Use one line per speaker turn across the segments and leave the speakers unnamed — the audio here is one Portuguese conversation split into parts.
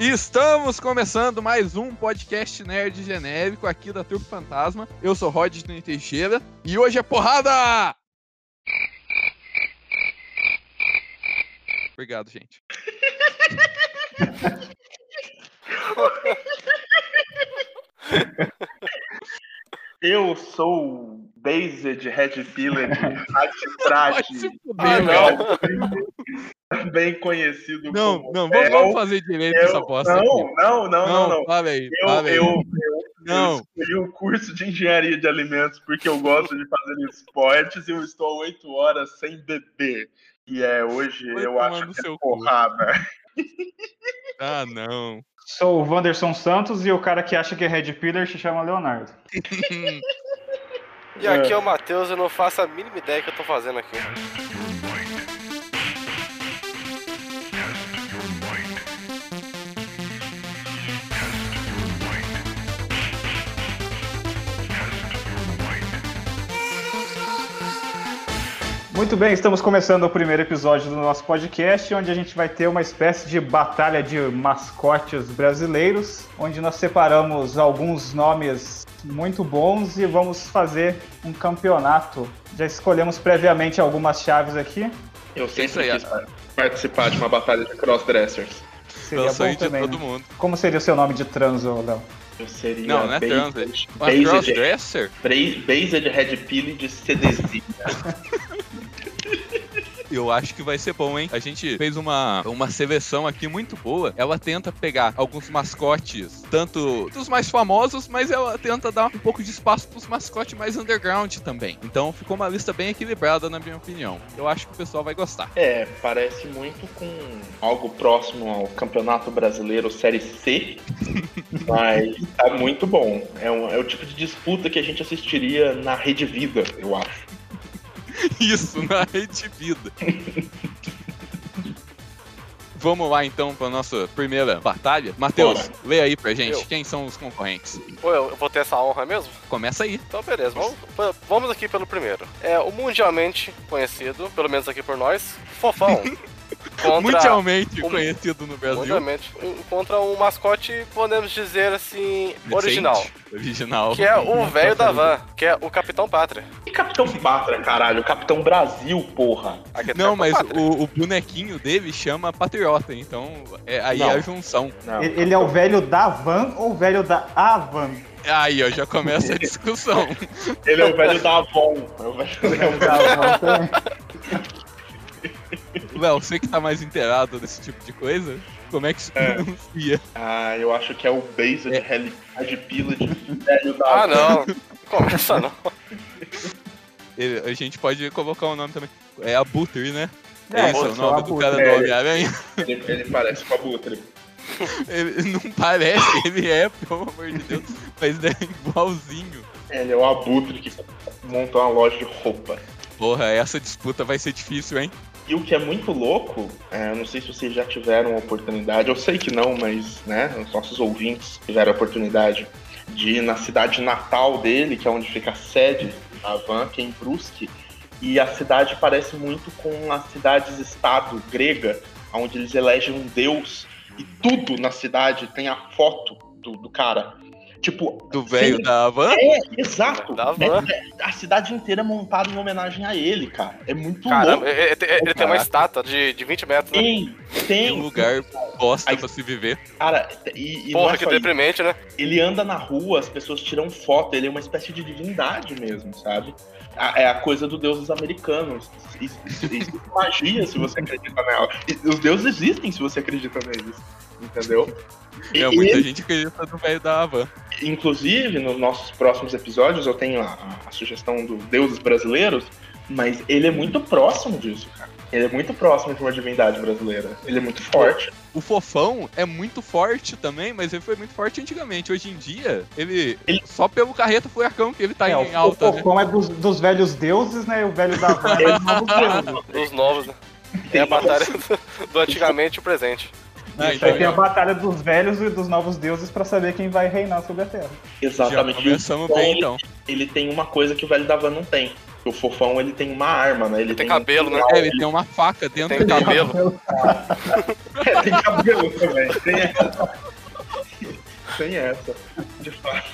Estamos começando mais um podcast nerd genérico aqui da Trupe Fantasma. Eu sou Rodney Teixeira e hoje é porrada! Obrigado, gente.
Eu sou o Based Red Pillar
Vai
Ratitrate,
se
Ah,
fuder, velho.
bem é conhecido
Não,
como
não, vamos,
Bel.
vamos fazer direito essa
eu,
bosta aqui.
não, não, não, não, não.
Fala aí,
Eu,
fala aí.
eu, eu
Não.
escolhi o curso de engenharia de alimentos porque eu gosto de fazer esportes e eu estou há oito horas sem beber. E é hoje
Vai
eu
tomar
acho
no
que
seu
é
cu.
porrada.
Ah, não.
Sou o Wanderson Santos e o cara que acha que é Red Pillar se chama Leonardo.
E aqui é o Matheus, eu não faço a mínima ideia que eu tô fazendo aqui.
Muito bem, estamos começando o primeiro episódio do nosso podcast, onde a gente vai ter uma espécie de batalha de mascotes brasileiros, onde nós separamos alguns nomes muito bons e vamos fazer um campeonato. Já escolhemos previamente algumas chaves aqui.
Eu
É Isso aí,
sempre quis participar de uma batalha de crossdressers.
Seria
Eu sou
bom
de
também.
todo
né?
mundo.
Como seria o seu nome de trans, ô, Léo?
Eu seria
Não, não é trans,
based,
Uma
based,
crossdresser?
based Red Pill de CDZ.
Eu acho que vai ser bom, hein? A gente fez uma, uma seleção aqui muito boa. Ela tenta pegar alguns mascotes, tanto dos mais famosos, mas ela tenta dar um pouco de espaço pros mascotes mais underground também. Então ficou uma lista bem equilibrada, na minha opinião. Eu acho que o pessoal vai gostar.
É, parece muito com algo próximo ao Campeonato Brasileiro Série C, mas tá muito bom. É, um- é o tipo de disputa que a gente assistiria na Rede Vida, eu acho.
Isso, na rede vida. Vamos lá então pra nossa primeira batalha. Matheus, lê aí pra gente
Eu.
quem são os concorrentes.
Pô, eu eu vou ter essa honra mesmo?
Começa aí.
Então, beleza, vamos, v- vamos aqui pelo primeiro. É o mundialmente conhecido, pelo menos aqui por nós, Fofão. contra,
Mundialmente
o-
conhecido no Brasil.
mundialmente, um- contra um mascote, podemos dizer assim, original.
Recente, Original.
Que é
Uhum.
o velho da van, que é o Capitão Pátria.
E Capitão Pátria, caralho, Capitão Brasil, porra.
Aqui é
Não,
Capitão
mas
Pátria.
o, o bonequinho dele chama Patriota, então é, aí
Não.
é a junção.
Não.
Ele ele é o velho da van ou o velho da Avan?
Aí, ó, já começa a discussão.
Ele é o velho da Avon. É o velho da Avon.
Da Avan também.
Léo, você que tá mais inteirado desse tipo de coisa, como é que se
É.
pronuncia?
Ah, eu acho que é o Base de
É.
Realidade Pila de velho da
Ah,
Avon.
não. Começa não.
Ele- a gente pode colocar o nome também. É Abutre, né? É,
É,
isso, é o
sou
nome do
abutre.
cara
É.
do Homem-Aranha.
Ele, ele parece com a Butre.
Ele não parece, ele é, pelo amor de Deus, mas ele é igualzinho.
Ele é o Abutre que monta uma loja de roupa.
Porra, essa disputa vai ser difícil, hein?
E o que é muito louco, é, eu não sei se vocês já tiveram a oportunidade, eu sei que não, mas né, os nossos ouvintes tiveram a oportunidade de ir na cidade natal dele, que é onde fica a sede da Van, que é em Brusque, e a cidade parece muito com as cidades-estado grega, onde eles elegem um deus, e tudo na cidade tem a foto do, do cara. Tipo,
Do velho
Sim.
da Havan.
é, exato.
Da van.
É- é- a cidade inteira é montada em homenagem a ele, cara. É muito louco.
Caramba, ele, ele- ele tem uma
Caraca.
estátua de, de 20 metros, né?
Tem,
Que
tem.
lugar bosta
Aí-
pra se viver.
Cara, e, e não
Porra,
é
que
só isso.
deprimente, né?
ele anda na rua, as pessoas tiram foto, ele é uma espécie de divindade mesmo, sabe? A- é a coisa do deus dos americanos. Isso, isso- isso é magia se você acredita nela. E os deuses existem se você acredita neles, entendeu?
É,
E-
muita gente acredita no velho da Havan.
Inclusive, nos nossos próximos episódios, eu tenho a, a- a sugestão do Deuses Brasileiros, mas ele é muito próximo disso, cara. Ele é muito próximo de uma divindade brasileira. Ele é muito forte.
O fofão é muito forte também, mas ele foi muito forte antigamente. Hoje em dia, ele.
Ele-
Só pelo carreta furacão que ele tá
É,
em
o-
alta,
o
né?
Fofão é dos, dos velhos deuses, né? E o velho da van é dos novos deuses.
Dos novos, né? Tem a batalha do, do antigamente e o presente.
Ah,
É, Isso aí tem a
já,
batalha dos velhos e dos novos deuses pra saber quem vai reinar sobre a Terra.
já
Exatamente.
começamos
Então,
bem
ele-
então.
ele tem uma coisa que o velho da van não tem. O fofão ele tem uma arma, né? Ele
Tem
um
cabelo, né?
punhal,
É, ele tem uma faca dentro
Tem
do cabelo.
cabelo.
tem cabelo também. Tem essa. Tem essa, de fato.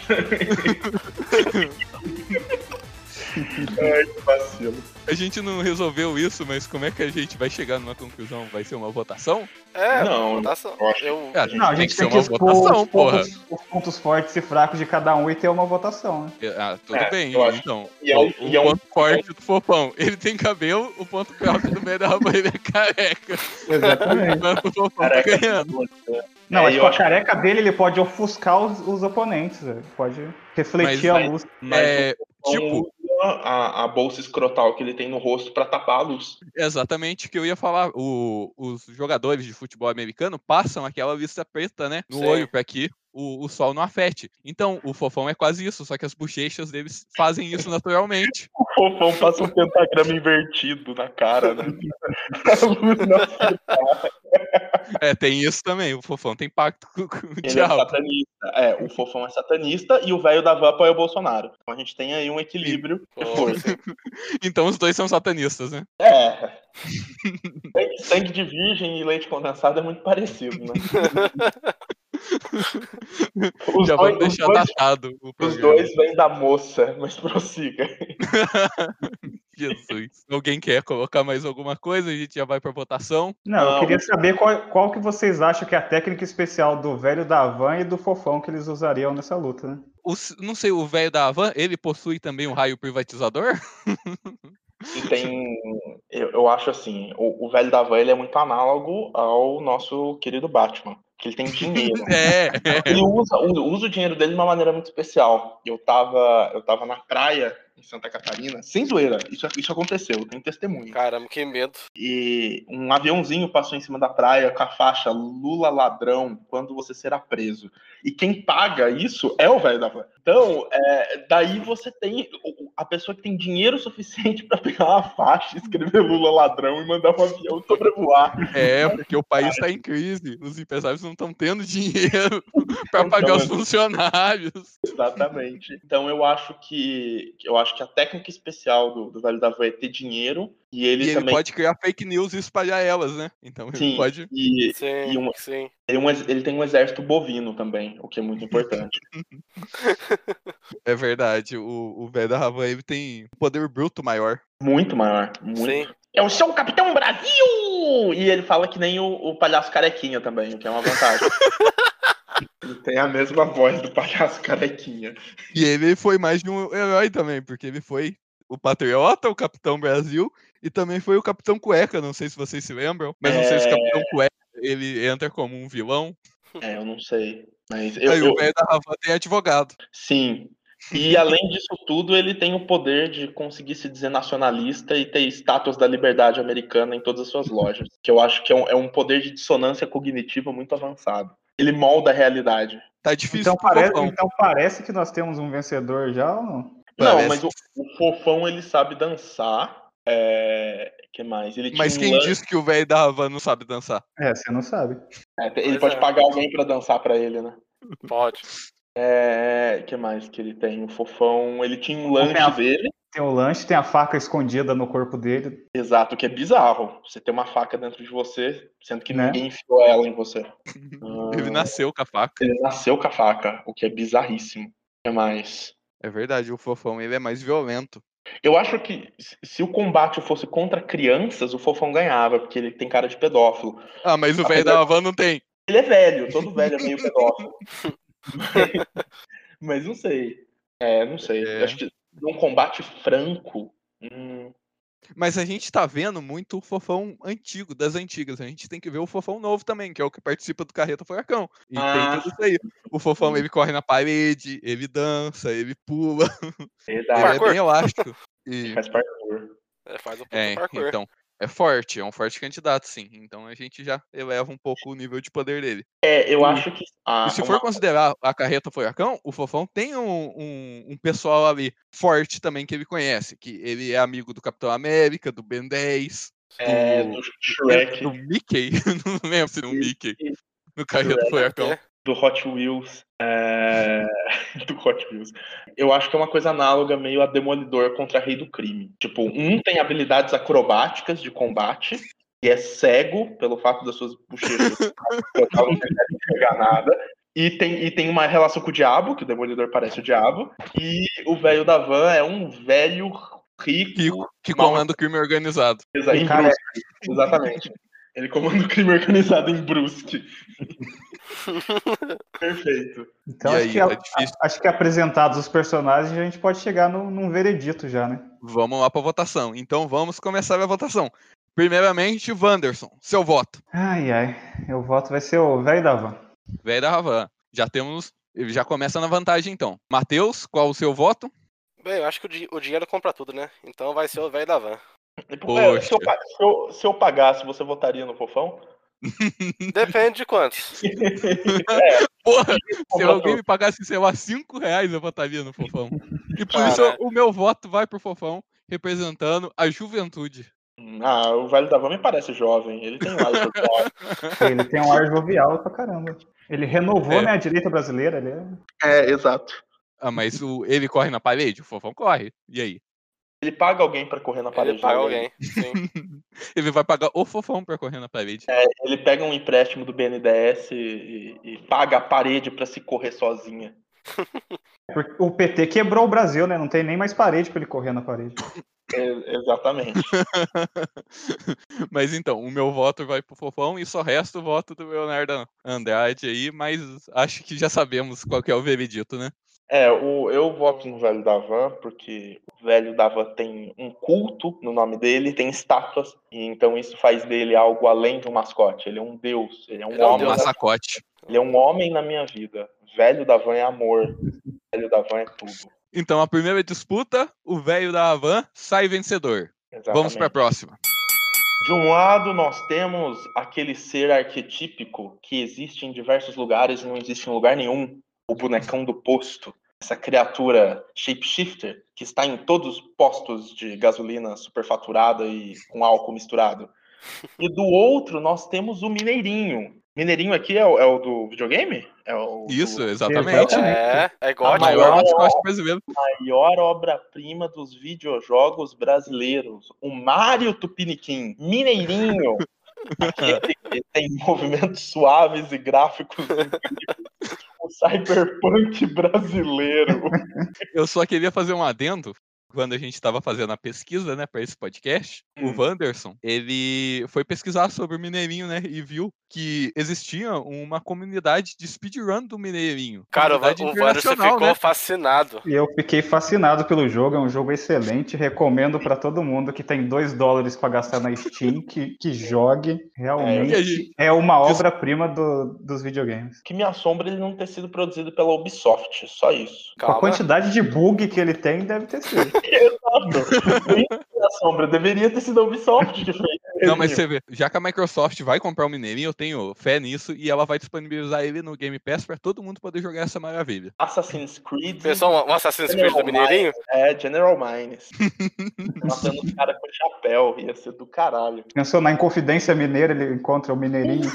Ai, que vacilo.
A gente não resolveu isso, mas como é que a gente vai chegar numa conclusão? Vai ser uma votação?
É,
Não,
tá
votação.
eu acho-
Eu,
É,
Não, a gente tem que,
ser uma
expor
votação,
os,
porra.
pontos, os pontos fortes e fracos de cada um e ter uma votação, né?
É, Ah, tudo
É,
bem,
eu acho.
então.
E é um-
o
e é um-
ponto forte do Fofão. Ele tem cabelo, o ponto forte do meio da roupa ele é careca.
Exatamente.
Mas o Fofão tá
Careca.
ganhando.
Não,
É,
mas
eu
com a
acho-
careca dele ele pode ofuscar os, os oponentes, ele pode refletir
Mas
a
aí-
luz.
Mas
É,
o
tipo,
tipo... a, a bolsa escrotal que ele tem no rosto pra tapar a luz.
exatamente o que eu ia falar. O- os jogadores de futebol americano passam aquela vista preta, né? No
Sim.
olho, pra que o, o sol não afete. Então, o fofão é quase isso, só que as bochechas deles fazem isso naturalmente.
O fofão passa um pentagrama invertido na cara, né? A luz não-
É, tem isso também. O fofão tem pacto com, com o
Ele é
diabo.
satanista. É, o fofão é satanista e o velho da van apoia o Bolsonaro. Então a gente tem aí um equilíbrio de
Sim.
força.
Então, os dois são satanistas, né?
É. Sangue- Sangue de virgem e leite condensado é muito parecido, né? Os
Já
dois,
vamos deixar
os dois,
datado o
os
programa.
dois vêm da moça, mas prossiga.
Jesus. Alguém quer colocar mais alguma coisa? A gente já vai pra votação.
Não,
Não.
eu queria saber qual, qual que vocês acham que é a técnica especial do velho da van e do fofão que eles usariam nessa luta, né?
O s- não sei, o velho da Havan, ele possui também um raio privatizador?
E tem. Eu, eu acho assim, o, o velho da van ele é muito análogo ao nosso querido Batman. Que ele tem dinheiro.
É,
Ele usa, usa- usa o dinheiro dele de uma maneira muito especial. Eu tava, eu tava na praia em Santa Catarina, sem zoeira. Isso, isso aconteceu, eu tenho testemunho.
Caramba, que medo.
E um aviãozinho passou em cima da praia com a faixa Lula ladrão, quando você será preso. E quem paga isso é o velho da van. Então, é, daí você tem o- o- a pessoa que tem dinheiro suficiente pra pegar uma faixa, escrever Lula ladrão e mandar um avião sobrevoar.
é, porque o país tá em crise. Os empresários não estão tendo dinheiro pra pagar os funcionários.
Exatamente. Então eu acho que eu acho que a técnica especial do, do velho da van é ter dinheiro e ele
E ele
também
pode criar fake news e espalhar elas, né? Então ele
Sim,
pode.
e
Sim,
E uma-
sim.
ele, é um ex- ele tem um exército bovino também, o que é muito importante.
É verdade. O, o velho da Havan, ele tem um poder bruto maior.
Muito maior, muito
Sim.
Eu sou o Capitão Brasil! E ele fala que nem o, o palhaço carequinha também, o que é uma vantagem. ele tem a mesma voz do palhaço carequinha.
E ele foi mais de um herói também, porque ele foi o Patriota, o Capitão Brasil e também foi o Capitão Cueca. Não sei se vocês se lembram, mas não sei se o Capitão Cueca ele entra como um vilão.
É, eu não sei. Mas eu,
Aí
eu-
o velho da Havan tem advogado.
sim. E além disso tudo, ele tem o poder de conseguir se dizer nacionalista e ter estátuas da liberdade americana em todas as suas lojas. Que eu acho que é um, é um poder de dissonância cognitiva muito avançado. Ele molda a realidade.
Tá difícil
Então
pro
parece,
Fofão.
então parece que nós temos um vencedor já ou não?
Não,
Parece.
mas o, o fofão ele sabe dançar. É... que mais? Ele
Mas
tinha um
quem
lance-
disse que o velho da Havan não sabe dançar?
É, você não sabe.
É, ele
Pois
pode
é.
pagar alguém pra dançar pra ele, né?
Pode.
É, que mais que ele tem? O fofão, ele tinha um
é
lanche
Comer a-
dele.
Tem o lanche, tem a faca escondida no corpo dele.
Exato, que é bizarro. Você ter uma faca dentro de você, sendo que
Né?
ninguém enfiou ela em você. Ah,
Ele nasceu com a faca.
ele nasceu com a faca, o que é bizarríssimo. que mais?
É verdade, o fofão ele é mais violento.
Eu acho que se- se o combate fosse contra crianças, o fofão ganhava, porque ele tem cara de pedófilo.
Ah, mas o
é
velho da Havan não tem.
Ele é velho, todo velho é meio pedófilo. mas, mas não sei. É, não sei.
É.
Acho que num combate franco. hum,
Mas a gente tá vendo muito o fofão antigo, das antigas. A gente tem que ver o fofão novo também, que é o que participa do Carreta Furacão. E
Ah.
tem tudo isso aí. O fofão ele corre na parede, ele dança, ele pula, ele
verdade.
é
Parkour.
bem elástico. E-
Faz Tá. parkour.
É, faz o puto
é,
parkour.
então. É forte, é um forte candidato, sim. Então a gente já eleva um pouco o nível de poder dele.
É, eu acho que. Ah,
e se
uma-
for considerar a carreta furacão, o Fofão tem um, um, um pessoal ali forte também que ele conhece, que ele é amigo do Capitão América, do Ben 10,
é,
do-
do Shrek,
do Mickey, não lembro se não Mickey,
e-
no carreta furacão.
É.
do Hot Wheels. é, do Hot Wheels. Eu acho que é uma coisa análoga meio a Demolidor contra Rei do Crime. Tipo, um tem habilidades acrobáticas de combate que é cego pelo fato das suas bochechas total, não consegue enxergar nada. E tem, e tem uma relação com o diabo, que o Demolidor parece o diabo. E o velho da van é um velho rico.
Rico, que comanda o crime organizado.
Em
Cara,
Brusque, exatamente. Ele comanda o crime organizado em Brusque. Perfeito.
Então
e
acho,
aí,
que
tá
a-
difícil.
acho que é apresentados os personagens, a gente pode chegar num, num veredito já, né?
Vamos lá pra votação. Então vamos começar a votação. Primeiramente, Wanderson, seu voto.
Ai, ai. Meu voto vai ser o velho da van.
Velho da Havan. Já temos. ele Já começa na vantagem, então. Matheus, qual o seu voto?
Bem, eu acho que o, di- o dinheiro compra tudo, né? Então vai ser o velho da van.
Poxa.
É, Se, eu, pa- se, eu, se eu pagasse, você votaria no Fofão?
Depende de quantos.
Porra, se
voto.
alguém me pagasse, sei lá, 5 reais, eu votaria no Fofão. E por isso
Caraca.
o meu voto vai pro Fofão, representando a juventude.
Ah, o velho da van me parece jovem. Ele tem um mais jovem.
Ele tem um ar jovial pra caramba. Ele renovou
É.
né, a direita brasileira, ele é...
É, exato.
Ah, mas o, ele corre na parede? O Fofão corre. E aí?
Ele paga alguém pra correr na parede.
Ele paga
dele.
alguém. Sim.
Ele vai pagar o Fofão pra correr na parede.
Ele pega um empréstimo do BNDES e, e- e paga a parede pra se correr sozinha.
Porque o PT quebrou o Brasil, né? Não tem nem mais parede pra ele correr na parede.
É, exatamente.
Mas então, o meu voto vai pro Fofão e só resta o voto do Leonardo Andrade aí, mas acho que já sabemos qual que é o veredito, né?
É, o, eu voto no velho da van, porque o velho da van tem um culto no nome dele, tem estátuas, e então isso faz dele algo além de um mascote. Ele é um deus, ele é um
Ele é um
O
homem.
deus,
na-
massacote.
Ele é um homem na minha vida. Velho da van é amor. Velho da van é tudo.
Então, a primeira disputa, o velho da Havan sai vencedor.
Exatamente.
Vamos pra próxima.
De um lado, nós temos aquele ser arquetípico que existe em diversos lugares e não existe em lugar nenhum. O bonecão do posto. Essa criatura shapeshifter que está em todos os postos de gasolina superfaturada e com álcool misturado. E do outro, nós temos o Mineirinho. Mineirinho aqui é o, é o do videogame? É o do-
Isso, exatamente.
Exatamente.
É, é
O
gótico.
maior mascote brasileiro.
maior obra-prima dos videojogos brasileiros. O Mário Tupiniquim, mineirinho. aquele que tem movimentos suaves e gráficos. o cyberpunk brasileiro.
Eu só queria fazer um adendo. Quando a gente estava fazendo a pesquisa, né, para esse podcast,
Hum.
o Wanderson, ele foi pesquisar sobre o Mineirinho, né, e viu que existia uma comunidade de speedrun do Mineirinho.
Cara, o, Va-
Comunidade
o Wanderson
internacional,
ficou
né?
fascinado.
E eu fiquei fascinado pelo jogo, é um jogo excelente. Recomendo pra todo mundo que tem 2 dólares pra gastar na Steam que, que jogue.
E a
Realmente
gente-
é uma obra-prima do- dos videogames.
O que me assombra ele não ter sido produzido pela Ubisoft, só isso.
Com a
Calma.
quantidade de bug que ele tem, deve ter sido.
Isso me assombra, deveria ter sido a Ubisoft que fez.
Não, mas você vê, já que a Microsoft vai comprar o Mineirinho, eu tenho fé nisso, e ela vai disponibilizar ele no Game Pass para todo mundo poder jogar essa maravilha.
Assassin's Creed
Pessoal, um Assassin's Creed do Mineirinho?
é General Mines. Matando os caras com chapéu, ia ser do caralho.
Pensou na Inconfidência Mineira, ele encontra o Mineirinho.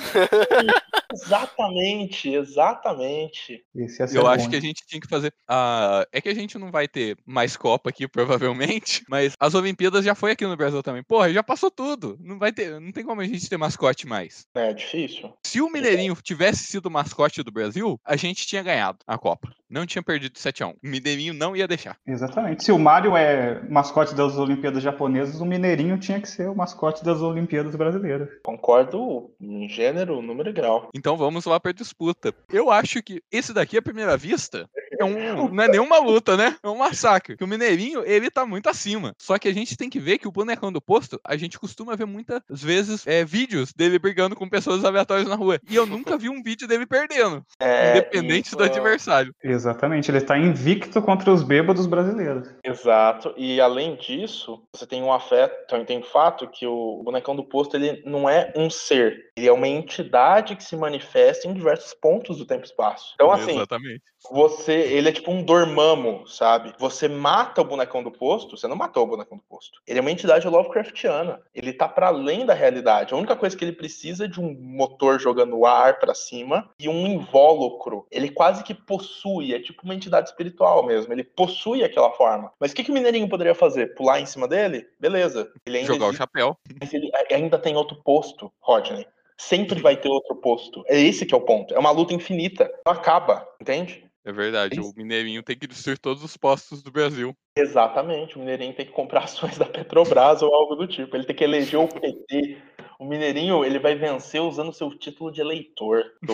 Exatamente, exatamente.
Esse ia ser
Eu
bom,
acho
hein?
que a gente tinha que fazer. ah, é que a gente não vai ter mais Copa aqui, provavelmente, mas as Olimpíadas já foi aqui no Brasil também. Porra, já passou tudo. Não vai ter, não tem como a gente ter mascote mais.
É difícil.
Se o Mineirinho tivesse sido o mascote do Brasil, a gente tinha ganhado a Copa. Não tinha perdido 7 a 1. O Mineirinho não ia deixar.
Exatamente. Se o Mario é mascote das Olimpíadas japonesas, o Mineirinho tinha que ser o mascote das Olimpíadas brasileiras.
Concordo em gênero, número e grau.
Então vamos lá pra disputa. Eu acho que esse daqui, à primeira vista, é um, não é nenhuma luta, né? É um massacre. Que o Mineirinho, ele tá muito acima. Só que a gente tem que ver que o bonecão do posto, a gente costuma ver muitas vezes é, vídeos dele brigando com pessoas aleatórias na rua. E eu nunca vi um vídeo dele perdendo,
É,
independente
isso
do
é-
adversário.
Exatamente. Ele está invicto contra os bêbados brasileiros.
Exato. E além disso, você tem um afeto, também tem o fato que o bonecão do posto ele não é um ser, ele é uma entidade que se manifesta em diversos pontos do tempo e espaço. Então assim,
Exatamente.
você ele é tipo um Dormammu, sabe? Você mata o bonecão do posto, você não matou o bonecão do posto. Ele é uma entidade Lovecraftiana. Ele tá para além da realidade. A única coisa que ele precisa é de um motor jogando ar para cima e um invólucro. Ele quase que possui, é tipo uma entidade espiritual mesmo. Ele possui aquela forma. Mas o que, que o Mineirinho poderia fazer? Pular em cima dele? Beleza. Ele ainda
Jogar o
existe-
chapéu.
mas ele ainda tem outro posto, Rodney. Sempre vai ter outro posto. É esse que é o ponto. É uma luta infinita. Não acaba, entende?
É verdade.
Eles-
O Mineirinho tem que destruir todos os postos do Brasil.
Exatamente. O Mineirinho tem que comprar ações da Petrobras ou algo do tipo. Ele tem que eleger o PT. O Mineirinho, ele vai vencer usando seu título de eleitor. do-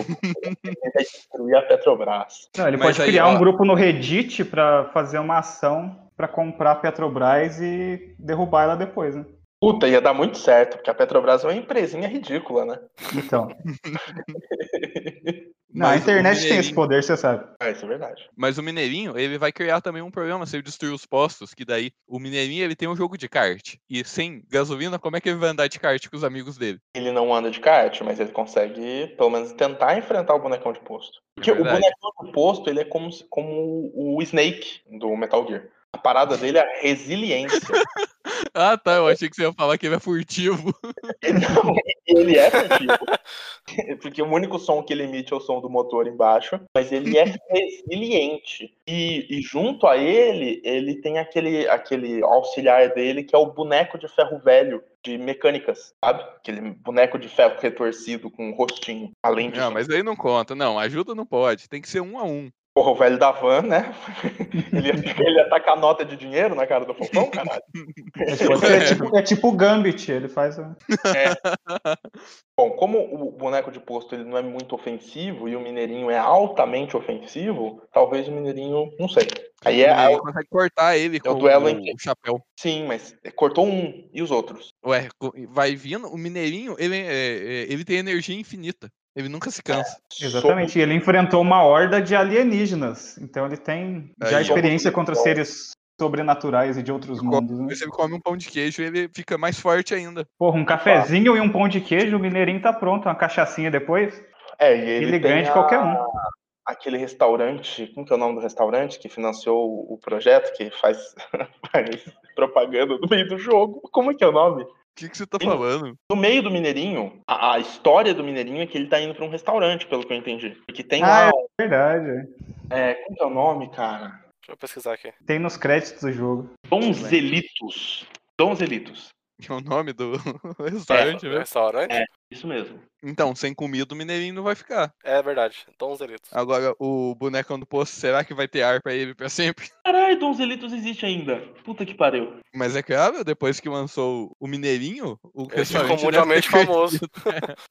ele vai destruir a Petrobras.
Não, ele
Mas
pode
aí,
criar
ó.
um grupo no Reddit pra fazer uma ação pra comprar a Petrobras e derrubar ela depois, né?
Puta, ia dar muito certo, porque a Petrobras é uma empresinha ridícula, né?
Então. Não, a
Mas o
internet tem
Mineirinho-
esse poder, você sabe.
Ah, isso é verdade.
Mas o Mineirinho, ele vai criar também um problema se ele destruir os postos, que daí o Mineirinho, ele tem um jogo de kart. E sem gasolina, como é que ele vai andar de kart com os amigos dele?
Ele não anda de kart, mas ele consegue, pelo menos, tentar enfrentar o bonecão de posto. Porque o
verdade.
bonecão de posto, ele é como, se- como o Snake do Metal Gear. A parada dele é a resiliência.
Ah, tá, eu achei que você ia falar que ele é furtivo.
Ele não, ele é furtivo. Porque o único som que ele emite é o som do motor embaixo, mas ele é resiliente. E, e junto a ele, ele tem aquele, aquele auxiliar dele que é o boneco de ferro velho de mecânicas, sabe? Aquele boneco de ferro retorcido com um rostinho. Além disso,
Não, mas aí não conta. Não, ajuda não pode. Tem que ser um a um.
porra, o velho da van, né? Ele ia, ele ia tacar nota de dinheiro na cara do fofão, caralho.
É tipo, é tipo- é tipo o Gambit, ele faz. a-
Bom, como o boneco de posto ele não é muito ofensivo e o Mineirinho é altamente ofensivo, talvez o Mineirinho, não sei. Aí é,
Aí consegue cortar ele com
duelo
o-
entre-
o chapéu.
sim, mas cortou um e os outros.
Ué, co- vai vindo, o Mineirinho, ele, é- é- ele tem energia infinita. Ele nunca
É.
se cansa.
Exatamente. E ele enfrentou uma horda de alienígenas. Então ele tem já
Aí,
experiência
como-
contra seres sobrenaturais e de outros
Como-
mundos, né?
Mas ele come um pão de queijo, ele fica mais forte ainda.
Porra, um cafezinho e um pão de queijo, o mineirinho tá pronto, uma cachaçinha depois.
É, e ele,
Ele
tem
ganha de
a-
qualquer um.
Aquele restaurante, como que é o nome do restaurante que financiou o- o projeto, que faz, faz propaganda no meio do jogo? Como é que é o nome?
O que, que você tá
Sim.
falando?
No meio do Mineirinho, a, a história do Mineirinho é que ele tá indo pra um restaurante, pelo que eu entendi. Porque tem
Ah,
lá. um,
Verdade.
É, como que é o nome, cara?
Deixa eu pesquisar aqui.
Tem nos créditos do jogo.
Donzelitos. Donzelitos.
É o nome do
É,
restaurante, né?
Restaurante?
Isso mesmo.
Então, sem comida, o Mineirinho não vai ficar.
É, verdade. Donzelitos.
Agora, o bonecão do poço, será que vai ter ar pra ele pra sempre?
Caralho, Donzelitos existe ainda. Puta que pariu.
Mas é claro, depois que lançou o Mineirinho, o
Ele ficou
restaurante deve ter
mundialmente famoso.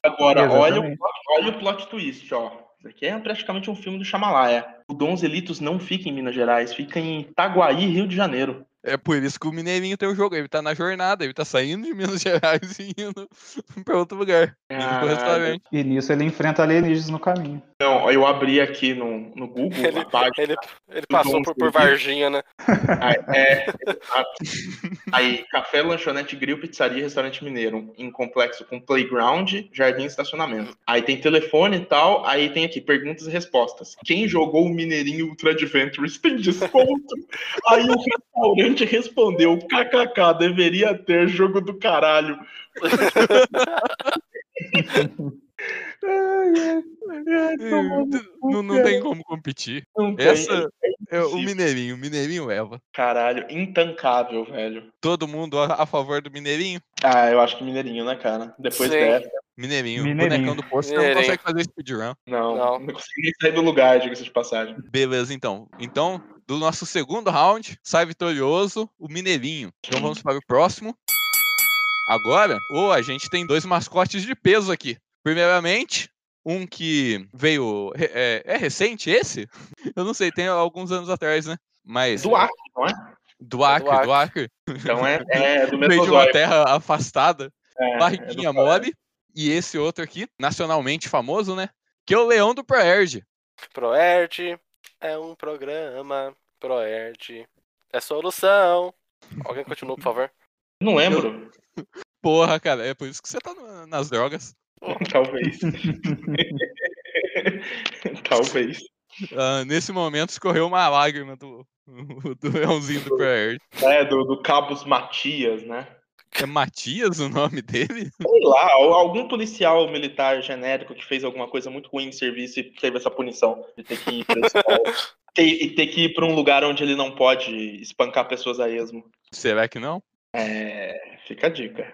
Agora, olha o,
Exatamente.
plot, olha o plot twist, ó. Isso aqui é praticamente um filme do Chamalaia. O Donzelitos não fica em Minas Gerais, fica em Itaguaí, Rio de Janeiro.
É por isso que o Mineirinho tem o jogo. Ele tá na jornada, ele tá saindo de Minas Gerais e indo pra outro lugar. Indo pro
Caralho.
restaurante.
E nisso ele enfrenta alienígenas no caminho.
Não, ó, Então, eu abri aqui no, no Google a página.
Ele, ele passou por, por Varginha, né?
Ah, é, exato. Aí, café, lanchonete, grill, pizzaria, restaurante mineiro. Em complexo com playground, jardim e estacionamento. Aí tem telefone e tal. Aí tem aqui perguntas e respostas. Quem jogou o Mineirinho Ultra Adventures tem desconto? Aí o restaurante respondeu: KKK, deveria ter jogo do caralho. é,
Não, não tem como competir.
um Não tem.
Essa é o
impossível.
Mineirinho. O Mineirinho leva.
Caralho, intancável, velho.
Todo mundo a, a favor do Mineirinho?
Ah, eu acho que Mineirinho, né, cara? Depois
Sim.
dessa.
Mineirinho.
Mineirinho.
Bonecão do poço você não
Mineirinho.
consegue fazer speedrun.
Não, não,
Não.
consegui nem sair do lugar, diga-se de passagem.
Beleza, então. Então, do nosso segundo round, sai vitorioso o Mineirinho. Então vamos para o próximo. Agora, ô, a gente tem dois mascotes de peso aqui. Primeiramente, um que veio. re- É, é recente esse? Eu não sei, tem alguns anos atrás, né? Mas.
Do Acre,
Do Acre,
Acre.
do Acre.
então é, é do
Veio de
mesmo
uma terra afastada.
É,
Barriguinha
é do-
Mole e esse outro aqui, nacionalmente famoso, né? Que é o Leão do Proerd.
Proerd é um programa. Proerd é solução. Alguém continua, por favor.
Não lembro.
Porra, cara, é por isso que você tá na- nas drogas.
Talvez. Talvez.
Ah, nesse momento escorreu uma lágrima do, do leãozinho do Proerd.
É, do, do Cabos Matias, né?
É Matias o nome dele?
Sei lá, al- algum policial militar genérico que fez alguma coisa muito ruim no serviço e teve essa punição de ter que ir pra escola. Ter- e ter que ir pra um lugar onde ele não pode espancar pessoas a esmo.
Será que não?
É, fica a dica.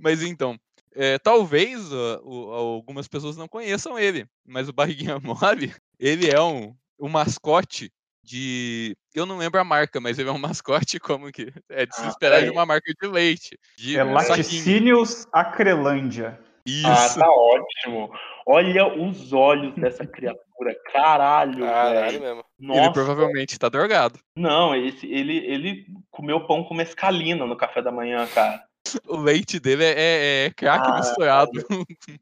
Mas então, é, talvez ó, o- algumas pessoas não conheçam ele, mas o Barriguinha Mole, ele é um, um mascote de. Eu não lembro a marca, mas ele é um mascote como que. É de se
Ah,
esperar de
peraí.
uma marca de leite. De
É
um saquinho.
Laticínios Acrelândia.
Isso.
Ah, tá ótimo. Olha os olhos dessa criatura. Caralho,
Caralho
velho.
mesmo.
Nossa.
Ele provavelmente tá drogado.
Não, esse, ele, ele comeu pão com mescalina no café da manhã, cara.
O leite dele é, é, é crack
Ah,
misturado,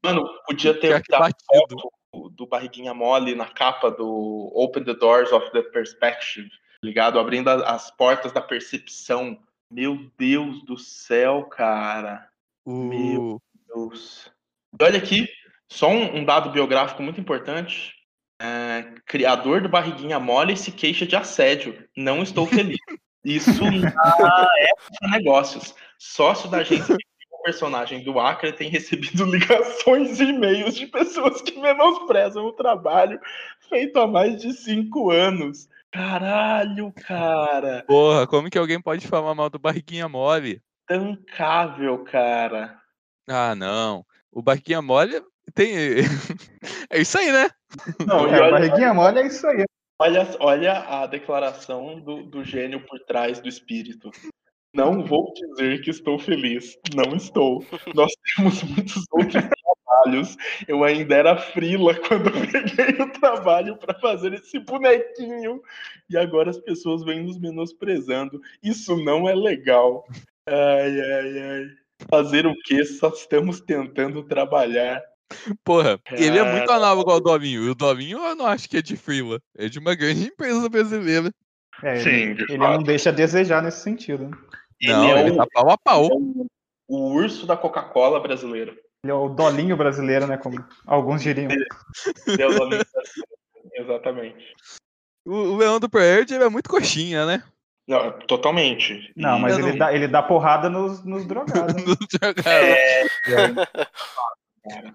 Mano, podia ter
crack
dado
batido.
do- do Barriguinha Mole na capa do Open the Doors of the Perspective, tá ligado? Abrindo a- as portas da percepção. Meu Deus do céu, cara.
O...
Deus. E olha aqui, só um, um dado biográfico muito importante. É, criador do Barriguinha Mole se queixa de assédio. Não estou feliz. Isso na época de negócios. Sócio da agência que criou o personagem do Acre tem recebido ligações e e-mails de pessoas que menosprezam o trabalho feito há mais de cinco anos. Caralho, cara.
Porra, como que alguém pode falar mal do Barriguinha Mole?
Tancável, cara.
Ah, não. O Barquinha Mole tem. é isso aí, né?
Não, e
é,
olha-
barriguinha mole é isso aí.
Olha, olha a declaração do, do gênio por trás do espírito. Não vou dizer que estou feliz. Não estou. Nós temos muitos outros trabalhos. Eu ainda era frila quando peguei o trabalho para fazer esse bonequinho. E agora as pessoas vêm nos menosprezando. Isso não é legal. Ai, ai, ai. Fazer o que? Só estamos tentando trabalhar.
Porra, ele é muito análogo ao Dominho. E o Dominho eu não acho que é de Freela. É de uma grande empresa brasileira.
É,
Sim,
ele,
de
ele
fato.
não deixa a desejar nesse sentido. né?
não,
é um
ele tá pau a pau.
é o urso da Coca-Cola brasileiro.
Ele é o dolinho brasileiro, né? Como alguns diriam.
Deus abençoe. Exatamente.
um
O, o Leão do Proerd ele é muito coxinha, né?
Não, é totalmente.
Não, mas
Eu
ele,
não-
Dá, ele dá porrada nos, nos drogados. né?
No drogado. É.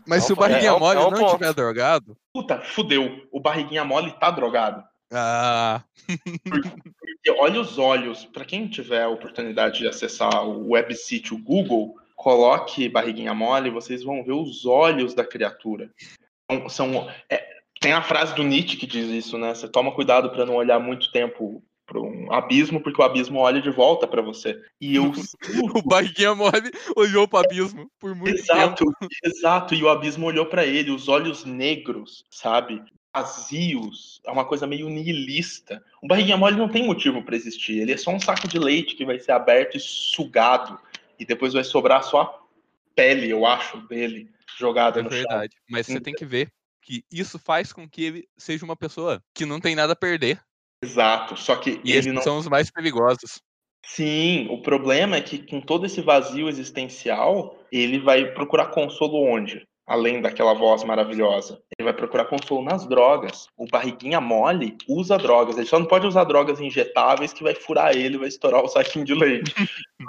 Mas se o
Opa, é,
Barquinha
é um-
Mole
é um
não
ponto.
tiver drogado.
Puta, fudeu. O barriguinha mole tá drogado.
Ah,
E olha os olhos. Pra quem tiver a oportunidade de acessar o website, o Google, coloque barriguinha mole, vocês vão ver os olhos da criatura. São, são- é, tem a frase do Nietzsche que diz isso, né? Você toma cuidado pra não olhar muito tempo para um abismo, porque o abismo olha de volta pra você. E eu
o Barquinha Mole olhou pro abismo por muito tempo.
Exato, exato. E o abismo olhou pra ele, os olhos negros, sabe? Vazios. É uma coisa meio nihilista. O barriguinha mole não tem motivo pra existir. Ele é só um saco de leite que vai ser aberto e sugado. E depois vai sobrar só a pele, eu acho, dele jogada
É
Tá no chão. Então
verdade. Mas você tem que ver que isso faz com que ele seja uma pessoa que não tem nada a perder.
Exato. Só que
E
ele
esses
não.
são os mais perigosos.
Sim, o problema é que com todo esse vazio existencial, ele vai procurar consolo onde? Além daquela voz maravilhosa. Ele vai procurar consolo nas drogas. O barriguinha mole usa drogas. Ele só não pode usar drogas injetáveis que vai furar ele, vai estourar o saquinho de leite.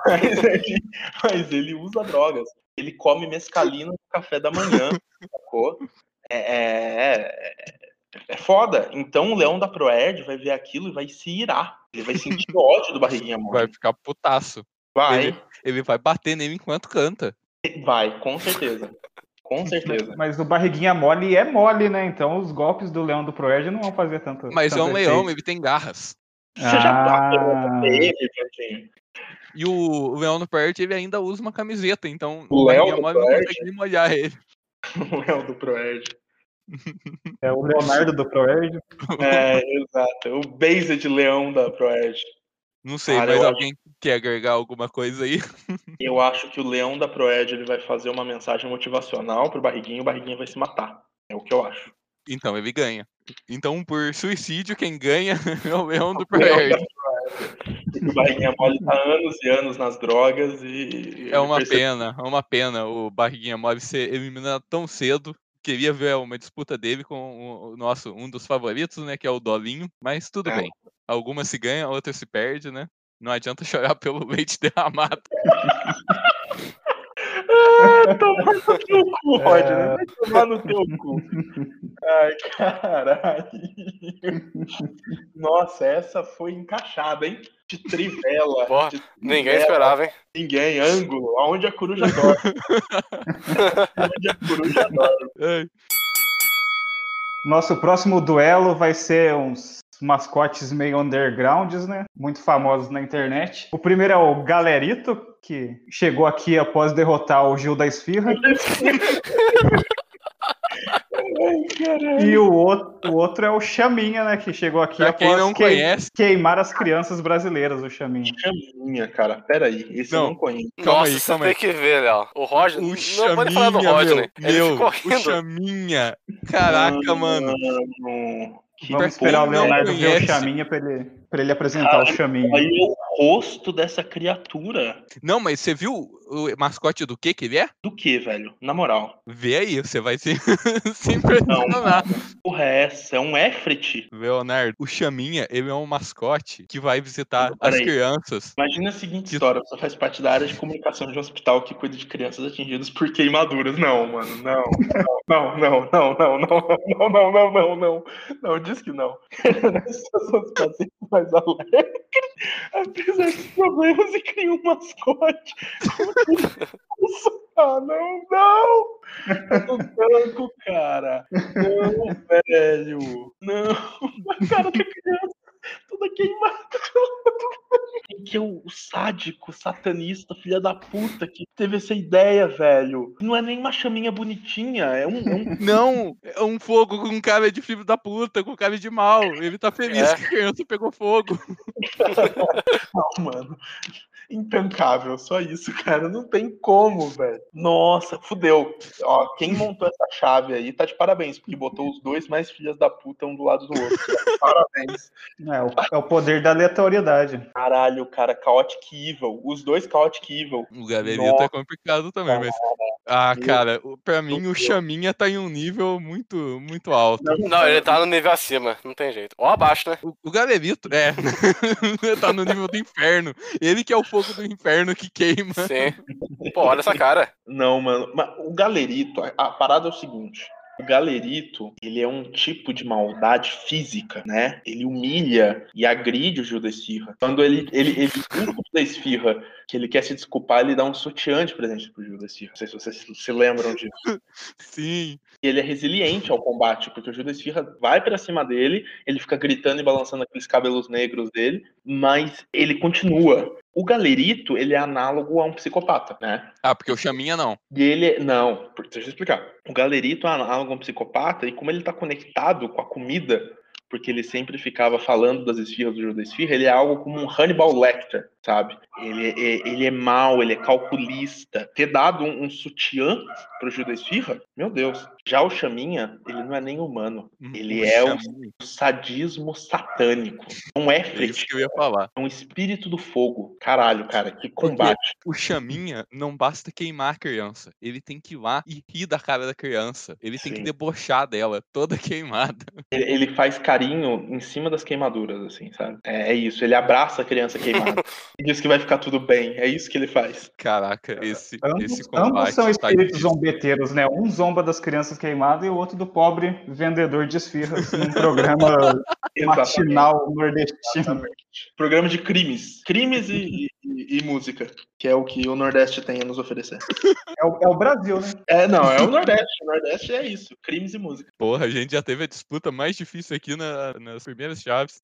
mas, ele, mas ele usa drogas. Ele come mescalina no café da manhã, sacou? É, é, é- é foda. Então o leão da Proerd vai ver aquilo e vai se irar. Ele vai sentir ódio do barriguinha mole.
Vai ficar putaço.
Vai,
Ele vai bater nele enquanto canta.
vai, com certeza. Com certeza.
Mas o barriguinha mole é mole, né? Então os golpes do leão do Proerd não vão fazer tanto.
Mas é
tanto
um leão,
efeito.
ele tem garras.
Você já tá-
Ah.
bateu ele, Jorginho?
E o o leão do Pert, ele ainda usa uma camiseta, então
O
Barriguinha
leão do
Mole não
Pert?
consegue nem molhar ele.
O Léo do Proerd.
É o Leonardo do Proerd.
É, exato. O Base de Leão da Proerd.
Não sei,
Cara,
mas
eu
alguém quer agregar alguma coisa aí?
Eu acho que o Leão da Proerd ele vai fazer uma mensagem motivacional pro Barriguinho, o Barriguinho vai se matar. É o que eu acho.
Então ele ganha. Então, por suicídio, quem ganha é o leão do
O Leão da
Pert.
Proerd. O Barriguinha mole tá anos e anos nas drogas e.
É uma
percebe-
pena, é uma pena o Barriguinha Mole ser eliminado tão cedo queria ver uma disputa dele com o nosso, um dos favoritos, né? Que é o Dolinho. Mas tudo
É.
bem. Alguma se ganha, outra se perde, né? Não adianta chorar pelo leite derramado.
Ah, tomar no teu cu, Rod, né?
É.
Vai tomar no teu cu. Ai, caralho. Nossa, essa foi encaixada, hein? De trivela.
Porra,
de
Ninguém
trivela,
esperava, hein?
Ninguém, ângulo, aonde a coruja dorme. aonde a coruja dorme.
Ai.
Nosso próximo duelo vai ser uns mascotes meio undergrounds, né? Muito famosos na internet. O primeiro é o Galerito, que chegou aqui após derrotar o Gil da Esfirra. E o outro, o outro é o Chaminha, né? Que chegou aqui
Pra
após
quem não
quei-
conhece,
queimar as crianças brasileiras, o Chaminha.
Chaminha, cara, peraí, esse eu
Não.
não conheço.
Calma
Nossa,
aí,
você
calma
tem
aí.
que ver, Léo. O Roger.
o
não pode falar do Roger,
Chaminha,
né? Ele
meu, meu, o
ficou rindo.
Chaminha. Caraca, mano.
Mano, que é
Vamos esperar o
quem não
Leonardo ver o
conhece-
Chaminha pra ele, pra ele apresentar o Chaminha.
Aí o rosto dessa criatura.
Não, mas você viu o mascote do que que ele é?
Do que, velho? Na moral.
Vê aí, você vai se, se impressionar.
Porra, é essa? É um Efret?
Leonardo, o Chaminha, ele é um mascote que vai visitar
Não,
as
peraí.
crianças.
Imagina a seguinte história, você faz parte da área de comunicação de um hospital que cuida de crianças atingidas por queimaduras. Não, mano, não. Não, não, não, não, não, não, não, não, não, não. Não, diz que não. Essas são as pacientes mais alegres, apesar dos problemas e cria um mascote. Ah, não, não! Eu tô branco, cara. Não, velho. Não, a cara da criança toda queimada que é o o sádico, satanista, filha da puta, que teve essa ideia, velho. Não é nem uma chaminha bonitinha, é um. É um...
Não, é um fogo com cara de filho da puta, com cara de mal. Ele tá feliz
É.
que a criança pegou fogo.
Não, mano. Intancável, só isso, cara. Não tem como, velho. Nossa, fudeu. Ó, quem montou essa chave aí tá de parabéns, porque botou os dois mais filhas da puta um do lado do outro. Parabéns.
É o, é o poder da aleatoriedade.
Caralho, cara, Chaotic Evil. Os dois Chaotic Evil.
O galerito é complicado também, mas. Ah, cara, o- pra mim o Chaminha tá em um nível muito, muito alto.
Não, ele tá no nível acima, não tem jeito. Ou abaixo, né?
O, o galerito, é. tá no nível do inferno. Ele que é o fogo do inferno que queima.
Sim. Pô, olha essa cara.
Não, mano. Mas o galerito, a, a parada é o seguinte. O galerito, ele é um tipo de maldade física, né? Ele humilha e agride o Judas Esfirra. Quando ele, ele, ele usa o Judas Esfirra, que ele quer se desculpar, ele dá um sutiã de presente pro Judas Esfirra. Não sei se vocês se- se lembram disso.
Sim.
E ele é resiliente ao combate, porque o Judas Esfirra vai pra cima dele, ele fica gritando e balançando aqueles cabelos negros dele, mas ele continua. O galerito, ele é análogo a um psicopata, né?
Ah, porque o Chaminha não.
E ele. Não, por- deixa eu explicar. O galerito é análogo a um psicopata, e como ele tá conectado com a comida, porque ele sempre ficava falando das esfirras do jogo da esfirra, ele é algo como um Hannibal Lecter, sabe? Ele, é- ele é mau, ele é calculista. Ter dado um, um sutiã pro Gil da Esfirra, meu Deus. Já o Chaminha, ele não é nem humano. Ele é o-
Chaminha,
O sadismo satânico. Um
É isso
Efrit,
que eu ia falar.
é um espírito do fogo. Caralho, cara, que combate.
O Chaminha não basta queimar a criança. Ele tem que ir lá e rir da cara da criança. Ele tem que
Sim.
debochar dela, toda queimada.
Ele, ele faz carinho em cima das queimaduras, assim, sabe? É, é isso, ele abraça a criança queimada e diz que vai ficar tudo bem. É isso que ele faz.
Caraca, esse,
Ambos,
esse combate.
ambos são
tá
espíritos
difícil.
zombeteiros, né? Um zomba das crianças queimadas e o outro do pobre vendedor de esfirras num programa matinal nordestino.
Exatamente. Programa de crimes. Crimes e, e- e música, que é o que o Nordeste tem a nos oferecer.
É o, é o Brasil, né?
É, não, é o Nordeste. O Nordeste é isso, crimes e música.
Porra, a gente já teve a disputa mais difícil aqui na- nas primeiras chaves.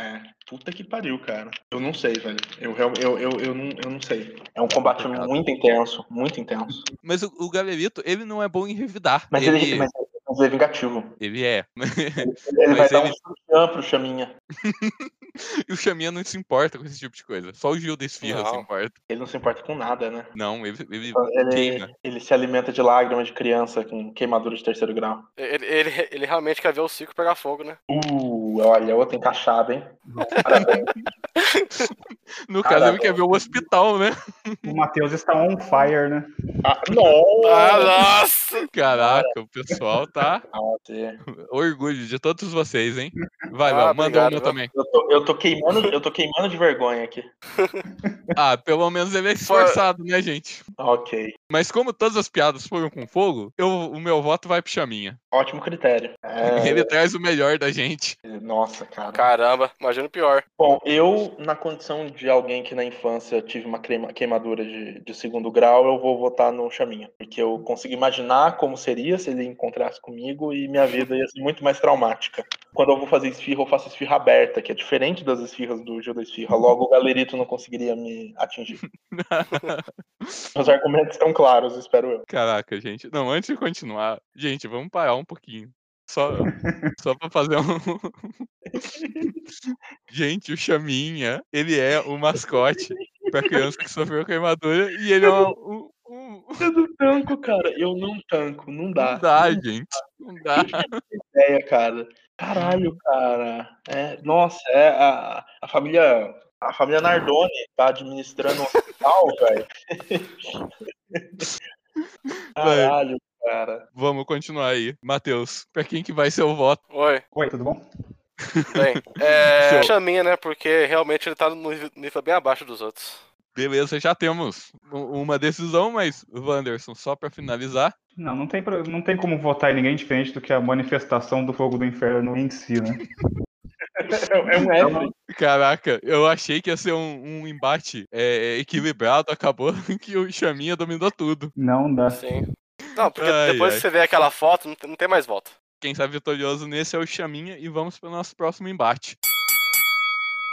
Puta que pariu, cara. Eu não sei, velho. Eu, real- eu, eu, eu, não, eu não sei. É um combate muito intenso, muito intenso.
Mas o, o Galerito, ele não é bom em revidar.
Mas
ele,
ele, mas ele é vingativo.
ele é.
Ele
Mas
vai dar
ele-
um sutiã pro Chaminha.
E o Chaminha não se importa com esse tipo de coisa. Só o Gil da Esfirra se
Não.
importa.
Ele não se importa com nada, né?
Não, ele, ele
Ele,
queima.
ele se alimenta de lágrimas de criança com queimadura de terceiro grau.
Ele, ele, ele realmente quer ver o Cico pegar fogo, né?
Uh, olha, outra encaixada, hein? Parabéns.
No caso, ele
Caralho.
quer ver o hospital, né?
O Matheus está on fire, né?
Ah, nossa!
Ah, nossa! isso?
Caraca, o pessoal tá
Ah, sim.
orgulho de todos vocês, hein? Vai,
Ah,
Léo, manda
obrigado,
uma
Léo.
também.
Eu tô, eu tô queimando, eu tô queimando de vergonha aqui.
Ah, pelo menos ele é
Foi-
esforçado, né, gente?
Ok.
Mas como todas as piadas foram com fogo, eu, o meu voto vai pro Chaminha.
Ótimo critério. É,
Ele traz o melhor da gente.
Nossa, cara.
Caramba, imagina o pior.
Bom, eu, na condição de alguém que na infância tive uma crema- queimadura de, de segundo grau, eu vou votar no Chaminha. Porque eu consigo imaginar como seria se ele encontrasse comigo e minha vida ia ser muito mais traumática. Quando eu vou fazer esfirra, eu faço esfirra aberta, que é diferente das esfirras do Gil da Esfirra. Logo, o galerito não conseguiria me atingir. Os argumentos estão claros, espero eu.
Caraca, gente. Não, antes de continuar, gente, vamos parar um pouquinho. Só, só pra fazer um. gente, o Chaminha, ele é o mascote pra criança que sofreu queimadura e ele é um. um, um...
Eu não tanco, cara. Eu não tanco. Não
Não dá, gente. Não dá.
ideia, cara. Caralho, cara. É, nossa, é a, a família. A família Nardoni tá administrando um hospital, velho. Caralho, cara.
Vamos continuar aí. Matheus, pra quem que vai ser o voto?
Oi,
Oi, tudo bom?
bem. É.
Show.
Chaminha, né? Porque realmente ele tá num nível bem abaixo dos outros.
Beleza, já temos u- uma decisão, mas, Wanderson, só pra finalizar,
Não, não tem, pro- não tem como votar em ninguém diferente do que a manifestação do fogo do inferno em si, né?
É, é um F.
caraca, eu achei que ia ser um, um embate é, equilibrado, acabou que o Chaminha dominou tudo.
Não dá.
Sim. Não, porque
Ai,
depois
ai.
que você vê aquela foto, não tem, não tem mais volta.
Quem sai vitorioso nesse é o Chaminha e vamos pro nosso próximo embate.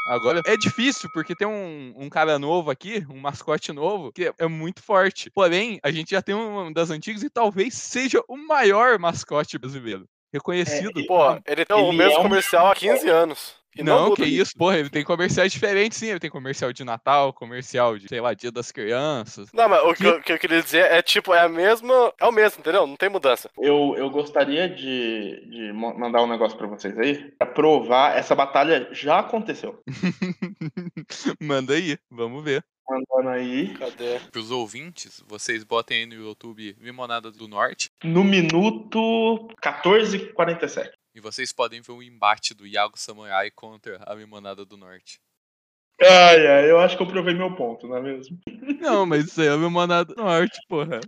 Agora é difícil, porque tem um, um cara novo aqui, um mascote novo, que é- é muito forte. Porém, a gente já tem um das antigas e talvez seja o maior mascote brasileiro. Reconhecido
Pô, ele tem o
Ele
mesmo
é um-
comercial há 15 anos. E não,
não,
muda.
que isso, porra, ele tem comerciais diferentes, sim. Ele tem comercial de Natal, comercial de, sei lá, Dia das Crianças.
Não, mas o que, eu- que eu queria dizer é tipo, é a mesma. É o mesmo, entendeu? Não tem mudança.
Eu, eu gostaria de, de mo- mandar um negócio pra vocês aí. Pra provar, essa batalha já aconteceu.
Manda aí, vamos ver.
Mandando aí.
Cadê?
Para os ouvintes, vocês botem aí no YouTube Limonada do Norte
No minuto 14h47.
e vocês podem ver o embate do Iago Samurai contra a Limonada do Norte.
Ai, ai, eu acho que eu provei meu ponto, não é mesmo?
Não, mas isso aí é a Limonada do Norte, porra.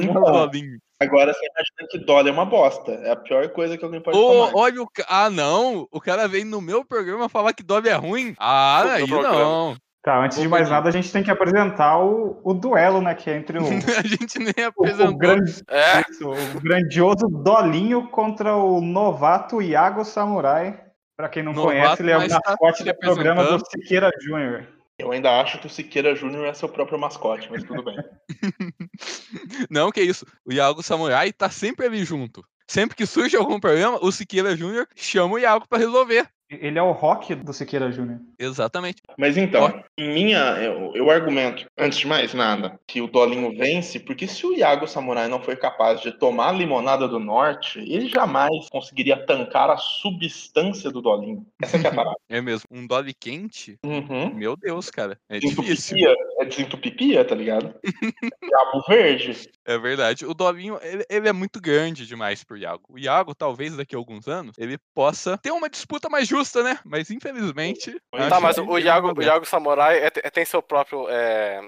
Então,
Bolinho.
Agora você imagina que Dolly é uma bosta. É a pior coisa que alguém pode
Ô,
tomar.
olha o. ca- Ah, não! O cara veio no meu programa falar que Dove é ruim. Ah,
Fogo no
aí
programa.
não.
Tá, antes de mais nada, a gente tem que apresentar o, o duelo, né? Que é entre o,
A gente nem
o,
apresentou.
o, grande,
É,
isso, o grandioso Dolinho contra o novato Iago Samurai. Pra quem não
Novato,
conhece, ele é o
mas tá
mascote
se
do programa do
representando.
Siqueira Júnior.
Eu ainda acho que o Siqueira Júnior é seu próprio mascote, mas tudo bem.
Não, que isso. O Iago Samurai tá sempre ali junto. Sempre que surge algum problema, o Siqueira Júnior chama o Iago pra resolver.
Ele é o rock do Siqueira Júnior.
Exatamente.
Mas então, em minha, eu, eu argumento, antes de mais nada, que o Dolinho vence, porque se o Iago Samurai não foi capaz de tomar a limonada do norte, ele jamais conseguiria tancar a substância do Dolinho. Essa que é a parada.
É mesmo. Um Dolly quente?
Uhum.
Meu Deus, cara. É difícil.
Desentupipia, é desentupipia, tá ligado? Diabo verde.
É verdade. O Dolinho, ele, ele é muito grande demais pro Iago. O Iago, talvez daqui a alguns anos, ele possa ter uma disputa mais justa, né? Mas infelizmente.
Tá,
tá,
acho
mas
que
o
ele
Iago,
não
o
vai dar.
Iago Samurai é- é- tem seu próprio. É,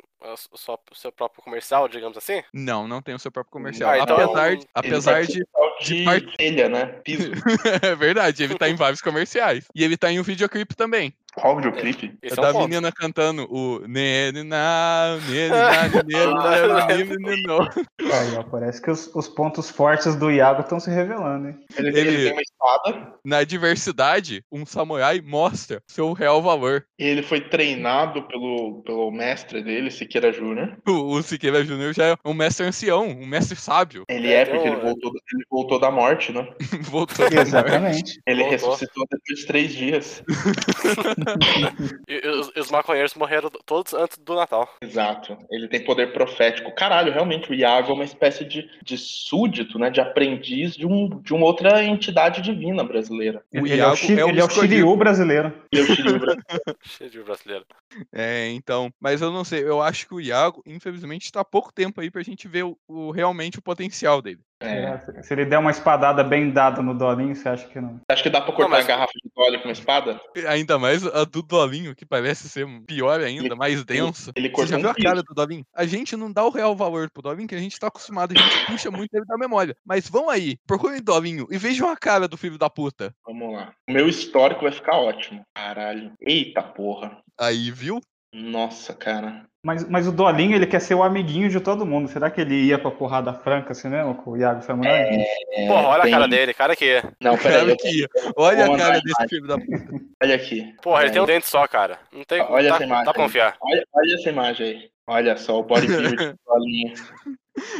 o seu- o seu próprio comercial, digamos assim?
Não, não tem o seu próprio comercial.
Ah, então-
Apesar, de-
Ele
apesar
vai
de.
ser tal de,
parte-
telha, né? Piso.
é verdade, ele tá em vários comerciais. E ele tá em um videoclipe também.
Qual o videoclipe?
É
Esse é
da
um ponto.
menina cantando o Nenina, Nenina,
Ah,
Nenina, Nenina, Nenina.
Aí, ó, parece que os, os pontos fortes do Iago estão se revelando, hein?
Ele,
Ele-
ele tem uma espada.
Na diversidade, um samurai mostra seu real valor.
Ele foi treinado pelo, pelo mestre dele, Siqueira Júnior.
O, o Siqueira Júnior já é um mestre ancião, um mestre sábio.
Ele
É,
é,
então,
porque ele
é.
voltou, ele voltou da morte, né?
Voltou.
Exatamente.
Ele
Voltou.
ressuscitou depois de três dias.
E, e os, e os maconheiros morreram todos antes do Natal.
Exato. Ele tem poder profético. Caralho, realmente, o Iago é uma espécie de, de súdito, né? De aprendiz de, um, de uma outra entidade divina brasileira.
O
ele é
Iago
o, Shi-
é o
ele é o
escolhido.
Shiryu brasileiro.
E eu te livro.
Cheio de brasileiro.
É, então. Mas eu não sei, eu acho que o Iago, infelizmente, tá há pouco tempo aí pra gente ver o, o- realmente o potencial dele.
É,
Se ele der uma espadada bem dada no Dolinho, você acha que não?
Acho que dá pra cortar
Não, mas-
a garrafa de óleo com uma espada?
Ainda mais a do Dolinho, que parece ser pior ainda, mais densa.
Ele
Você já
cortou
viu
um
a
fio.
cara do Dolinho? A gente não dá o real valor pro Dolinho, que a gente tá acostumado, a gente puxa muito ele da memória. Mas vão aí, procurem o Dolinho e vejam a cara do filho da puta.
Vamos lá. O meu histórico vai ficar ótimo. Caralho. Eita porra.
Aí, viu?
Nossa, cara.
Mas, mas o Dolinho, ele quer ser o amiguinho de todo mundo. Será que ele ia pra porrada franca assim mesmo com o Iago Samurai?
É,
Porra, olha
tem-
a cara dele, cara que.
Não, peraí.
Cara
eu-
que- olha a
mandar
cara
a
desse filho da puta.
Olha aqui.
Porra, ele
É.
tem um dente só, cara. Não tem
Olha
tá,
essa imagem.
Dá pra confiar.
Olha, olha essa imagem aí. Olha só, o bodybuilder do Dolinho.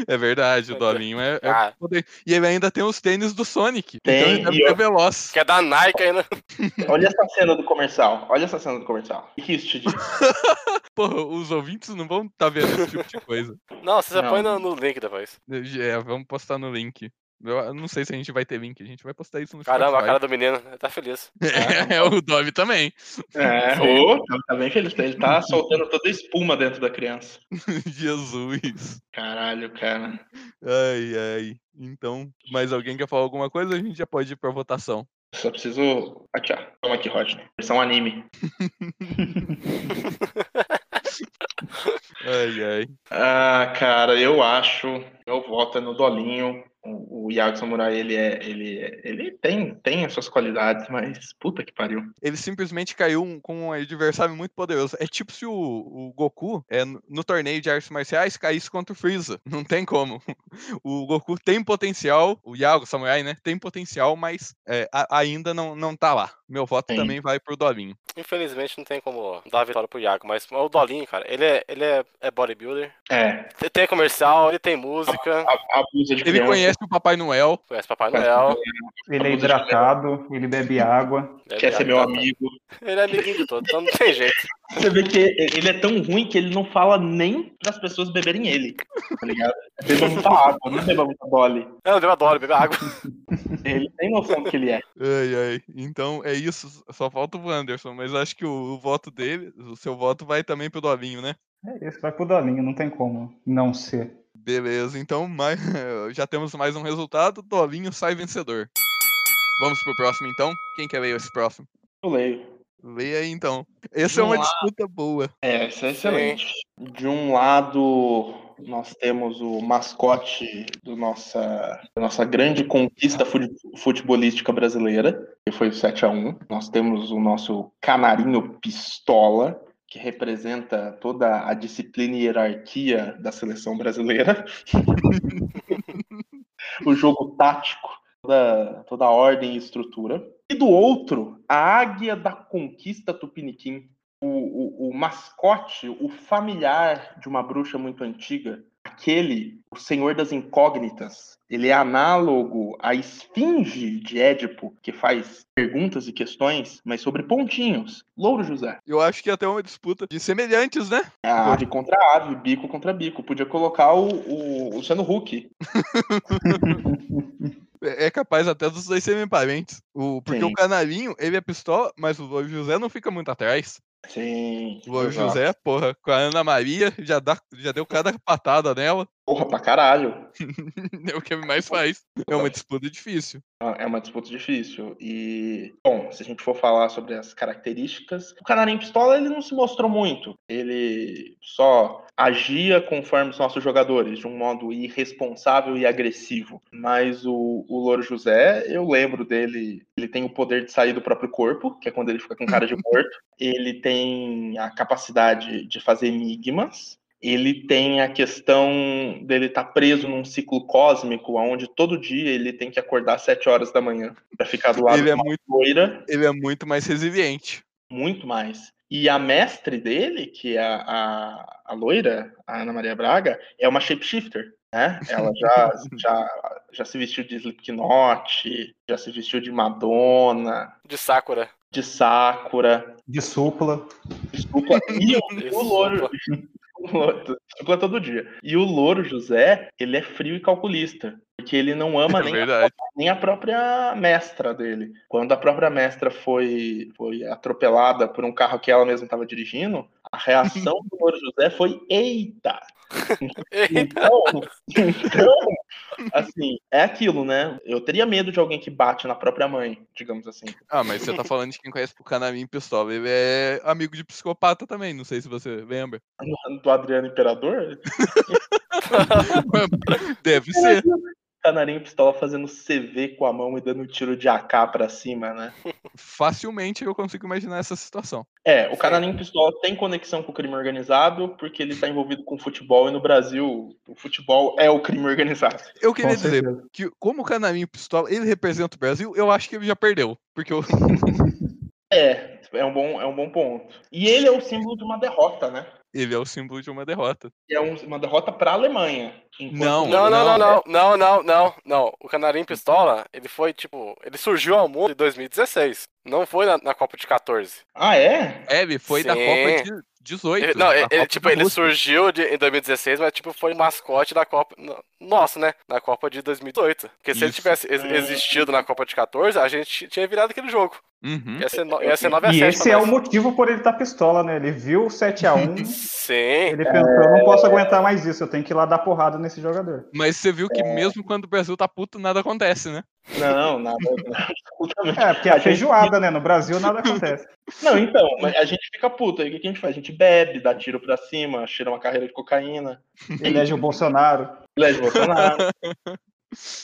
É verdade, o Dolinho é, é
Ah,
poder. E ele ainda tem os tênis do Sonic. então
Tem,
ele deve
e
ser
eu-
veloz.
quer dar Nike ainda.
Olha essa cena do comercial. Olha essa cena do comercial. O que que isso te diz?
Porra, os ouvintes não vão estar vendo esse tipo de coisa.
Não, você
Não.
põe no, no link depois.
É, vamos postar no link. Eu eu não sei se a gente vai ter link, a gente vai postar isso no
Caramba, a
Spotify.
cara do menino. ele Tá feliz.
É, o Dobby também.
É, ô, tá- tá bem feliz. Ele tá soltando toda a espuma dentro da criança.
Jesus.
Caralho, cara.
Ai, ai. Então, mais alguém quer falar alguma coisa? A gente já pode ir pra votação.
Só preciso. Aqui, ó. Toma aqui, Rodney. Versão anime.
Ai, ai.
Ah, cara, eu acho. Meu voto é no Dolinho. O o Iago Samurai, ele é. Ele, é- ele tem, tem as suas qualidades, mas puta que pariu.
Ele simplesmente caiu um- com um adversário muito poderoso. É tipo se o, o Goku, é, no no torneio de artes marciais, caísse contra o Freeza. Não tem como. O Goku tem potencial, o Yago Samurai, né? Tem potencial, mas é, a- ainda não, não tá lá. Meu voto
Sim.
também vai pro Dolinho.
Infelizmente não tem como dar a vitória pro Iago, mas o Dolinho, cara, ele é, ele é, é bodybuilder.
É,
Ele tem comercial, ele tem música,
a- abusa de
Ele
criança.
conhece o Papai Noel.
conhece Papai Noel.
Ele é hidratado, ele bebe água.
deve-
Quer ser meu
tá-
amigo.
Ele é amiguinho de todo, então não tem jeito.
Você vê que ele é tão ruim que ele não fala nem pras pessoas beberem ele. Tá ligado? Beba muita água, não beba muita Dolly.
Não, eu adoro beber água.
Ele tem noção do que ele é.
Ai, ai. Então é isso. s- Só falta o Anderson, mas acho que o, o voto dele, o seu voto vai também pro Dolinho, né?
É isso, vai pro Dolinho, não tem como não ser.
Beleza, então mais, já temos mais um resultado. Dolinho sai vencedor. Vamos pro próximo então. Quem quer ler esse próximo?
Eu leio.
Leia aí então. Essa é uma
Vamos lá.
disputa boa.
É, isso é excelente. De um lado, nós temos o mascote do nossa, da nossa grande conquista fute- futebolística brasileira, que foi o 7x1. Nós temos o nosso canarinho pistola, que representa toda a disciplina e hierarquia da seleção brasileira. o jogo tático, toda, toda a ordem e estrutura. E do outro, a águia da conquista tupiniquim o, o- o mascote, o familiar de uma bruxa muito antiga, aquele, o Senhor das Incógnitas, ele é análogo à esfinge de Édipo, que faz perguntas e questões, mas sobre pontinhos. Louro José.
Eu acho que é até uma disputa de semelhantes, né?
É a ave contra a ave, bico contra bico. Podia colocar o, o Luciano Huck.
É é capaz até dos dois serem parentes. O, porque o
Sim.
Canarinho, ele é pistola, mas o Louro José não fica muito atrás.
Sim.
O Louro
exato.
José, porra, com a Ana Maria, já, dá, já deu cada patada nela.
Porra pra caralho.
É o que ele mais faz. É uma disputa difícil.
Ah, É uma disputa difícil. E, bom, se a gente for falar sobre as características, o Canarinho Pistola ele não se mostrou muito. Ele só agia conforme os nossos jogadores, de um modo irresponsável e agressivo. Mas o, o Louro José, eu lembro dele, ele tem o poder de sair do próprio corpo, que é quando ele fica com cara de morto. Ele tem a capacidade de fazer enigmas, ele tem a questão dele estar preso num ciclo cósmico, onde todo dia ele tem que acordar às 7 horas da manhã para ficar do lado
Ele é
de uma
muito,
loira,
ele é muito mais resiliente.
muito mais. E a mestre dele, que é a, a, a loira, a Ana Maria Braga, é uma shapeshifter, né? Ela já, já, já se vestiu de Slipknot, já se vestiu de Madonna,
De Sakura.
de Sakura,
De supla.
Desculpa. E o, o
Desculpa.
louro. o louro- Desculpa todo dia. E o louro José, ele é frio e é calculista. Porque ele não ama
É
nem, a,
verdade.
nem a própria mestra dele. Quando a própria mestra foi, foi atropelada por um carro que ela mesma estava dirigindo, a reação do Moro José foi: eita! Então, então, assim, é aquilo, né? Eu teria medo de alguém que bate na própria mãe, digamos assim.
Ah, mas você tá falando de quem conhece o Canarim Pistola. Ele é amigo de psicopata também, não sei se você lembra.
Do Adriano Imperador,
Deve ser.
canarinho pistola fazendo CV com a mão e dando tiro de AK pra cima, né?
Facilmente eu consigo imaginar essa situação.
É, o
Sim.
canarinho pistola tem conexão com o crime organizado porque ele tá envolvido com futebol e no Brasil o futebol é o crime organizado.
Eu queria
Com
dizer
certeza.
que, como o Canarim Pistola ele representa o Brasil, eu acho que ele já perdeu. Porque eu-
É, é um bom, é um bom ponto. E ele é o símbolo de uma derrota, né?
ele é o símbolo de uma derrota.
E É um- uma derrota pra Alemanha. Enquanto-
Não,
Não, não, não,
não.
não, não, não, não, não. O Canarim Pistola, ele foi, tipo, ele surgiu ao mundo em 2016. Não foi na, na Copa de 14.
Ah, é?
É, ele foi da
Sim.
Copa de 18.
Ele- não,
a
ele,
Copa
tipo,
da
ele
Rússia.
surgiu de- em 2016, mas tipo, foi mascote da Copa. no- Nossa, né? Na Copa de 2018. Porque se ele
Isso.
tivesse ex-
É.
existido na Copa de 14, a gente tinha virado aquele jogo.
Uhum.
Ia ser, no, ia ser 9 a 7
E
pra
esse é o
nós.
motivo por ele estar pistola, né? Ele viu o 7x1,
Sim.
ele pensou, eu
É.
não posso aguentar mais isso, eu tenho que ir lá dar porrada nesse jogador.
Mas você viu que
É.
mesmo quando o Brasil tá puto, nada acontece, né?
Não, nada. absolutamente.
É, porque
A
é
gente-
feijoada, né? No Brasil nada acontece.
Não, então, mas a gente fica puto. Aí o que que a gente faz? A gente bebe, dá tiro pra cima, cheira uma carreira de cocaína, é
Elege
um
o Bolsonaro.
elege Bolsonaro.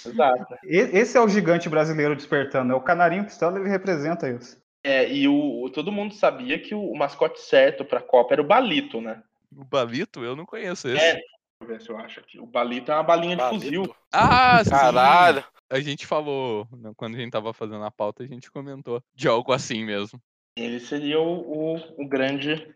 Exato.
E- Esse é o gigante brasileiro despertando, é o canarinho pistola, ele representa isso.
É, e o, o- todo mundo sabia que o, o mascote certo pra Copa era o Balito, né?
O Balito, eu não conheço esse.
É. Deixa eu ver se eu acho aqui. O Balito é uma balinha de fuzil.
Balito.
Ah, sim.
Caralho.
A gente falou, né, quando a gente tava fazendo a pauta, a gente comentou de algo assim mesmo.
Ele seria o, o- o grande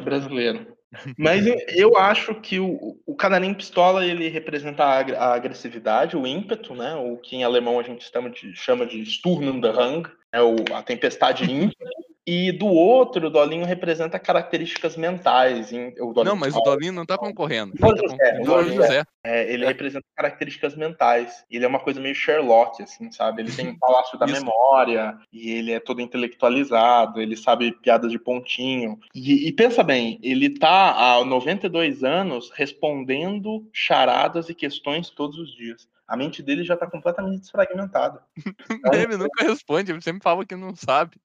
brasileiro. Mas eu, eu acho que o, o canarinho pistola ele representa a, agre- a agressividade, o ímpeto, né? O que em alemão a gente chama de, chama de Sturm und Drang, é o, a tempestade ímpeta. E do outro, o Dolinho representa características mentais. em- o Dolinho
Não, mas o Dolinho não tá concorrendo. Quem tá
Jorge José,
concorrendo é o Jorge
Jorge
José.
É, ele
É.
representa características mentais. Ele é uma coisa meio Sherlock, assim, sabe? Ele tem um palácio da
Isso.
memória, e ele é todo intelectualizado, ele sabe piadas de pontinho. E, e pensa bem, ele tá há 92 anos respondendo charadas e questões todos os dias. A mente dele já tá completamente desfragmentada.
Ele nunca responde, ele sempre fala que não sabe.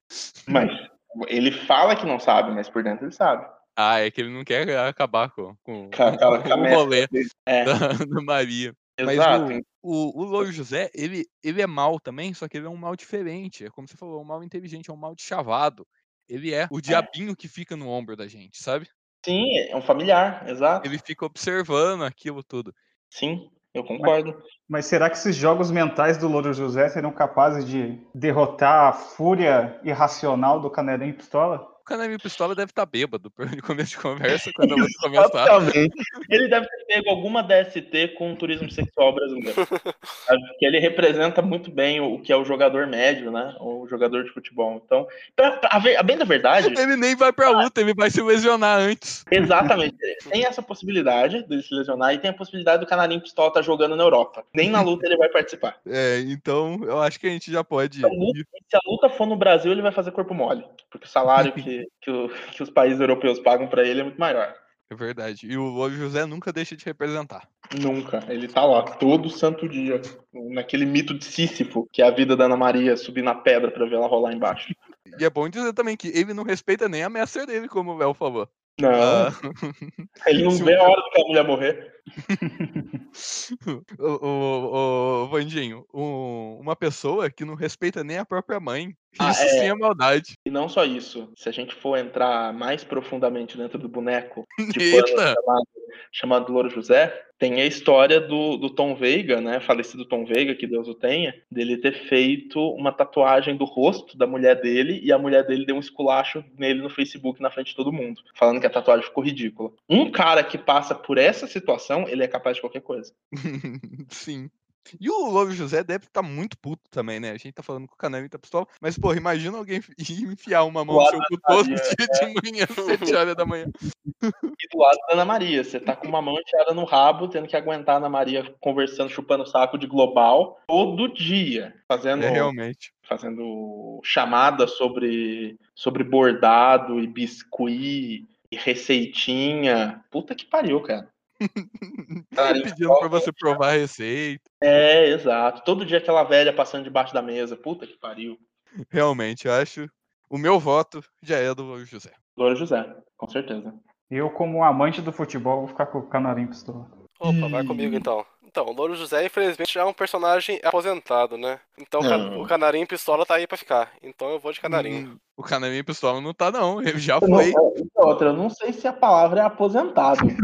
Mas ele fala que não sabe, mas por dentro ele sabe.
Ah, é que ele não quer acabar com, com,
Com aquela
com o
cabeça
rolê
dele. É.
da, da Maria. Mas
Exato.
O, o Louro José, ele, ele é mal também, só que ele é um mal diferente. É como você falou, é um mal inteligente, é um mal de chavado. Ele é o diabinho que fica no ombro da gente, sabe?
Sim, é um familiar, exato.
Ele fica observando aquilo tudo.
Sim, eu concordo.
Mas será que esses jogos mentais do Louro José serão capazes de derrotar a fúria irracional do canarinho pistola?
O Canami Pistola deve estar bêbado pra ele começo de conversa tá quando eu vou começar.
Exatamente. Ele deve ter pego alguma DST com o turismo sexual brasileiro. Acho que ele representa muito bem o o que é o jogador médio, né? O jogador de futebol. Então, pra, pra- a, ve- a bem da verdade,
Ele nem vai pra luta, ele vai se lesionar antes.
exatamente. Tem essa possibilidade dele se lesionar e tem a possibilidade do Canarinho Pistola estar jogando na Europa. Nem na luta ele vai participar.
É, então eu acho que a gente já pode.
Então, luta-
ir.
Se a luta for no Brasil, ele vai fazer corpo mole. Porque o salário que, que, o- que os países europeus pagam pra ele é muito maior.
É verdade. E o Louro José nunca deixa de representar.
Nunca. Ele tá lá todo santo dia, naquele mito de Sísifo, que é a vida da Ana Maria subir na pedra pra ver ela rolar embaixo.
E é bom dizer também que ele não respeita nem a mestre dele, como o Léo falou.
Não,
Ah,
ele não
se
vê a hora que a mulher morrer.
o, o, o Vandinho, um- uma pessoa que não respeita nem a própria mãe.
Ah,
Isso
é.
sim é maldade.
E não só isso, se a gente for entrar mais profundamente dentro do boneco de pano
Eita!
chamado, chamado Louro José, tem a história do, do Tom Veiga, né? Falecido Tom Veiga, que Deus o tenha, dele ter feito uma tatuagem do rosto da mulher dele e a mulher dele deu um esculacho nele no Facebook na frente de todo mundo, falando que a tatuagem ficou ridícula. Um cara que passa por essa situação, ele é capaz de qualquer coisa.
sim. E o Louro José deve estar muito puto também, né? A gente tá falando que o Kanami tá pistola, mas, porra, imagina alguém ir enfiar uma mão no seu cu todo dia de
Maria,
manhã, às 7 horas da manhã.
E do lado da Ana Maria, você tá com uma mão enfiada no rabo, tendo que aguentar a Ana Maria conversando, chupando saco de global todo dia, fazendo,
É, realmente.
fazendo chamada sobre, sobre bordado e biscuit e receitinha. Puta que pariu, cara. Cara,
Tá Pedindo pra você provar a receita.
É, exato. Todo dia aquela velha passando debaixo da mesa. Puta que pariu.
Realmente, eu acho. O meu voto já é do Louro José.
Louro José, com certeza.
Eu, como um amante do futebol, vou ficar com o Canarim pistola.
Opa,
Hum.
vai comigo então. Então, o Louro José, infelizmente, já é um personagem aposentado, né? Então o ca-
Não.
o Canarim Pistola tá aí pra ficar. Então eu vou de Canarim.
Hum, O Kanami pistola não tá, não. Ele já
Eu não- é,
foi.
e outra, eu não sei se a palavra é aposentado. né?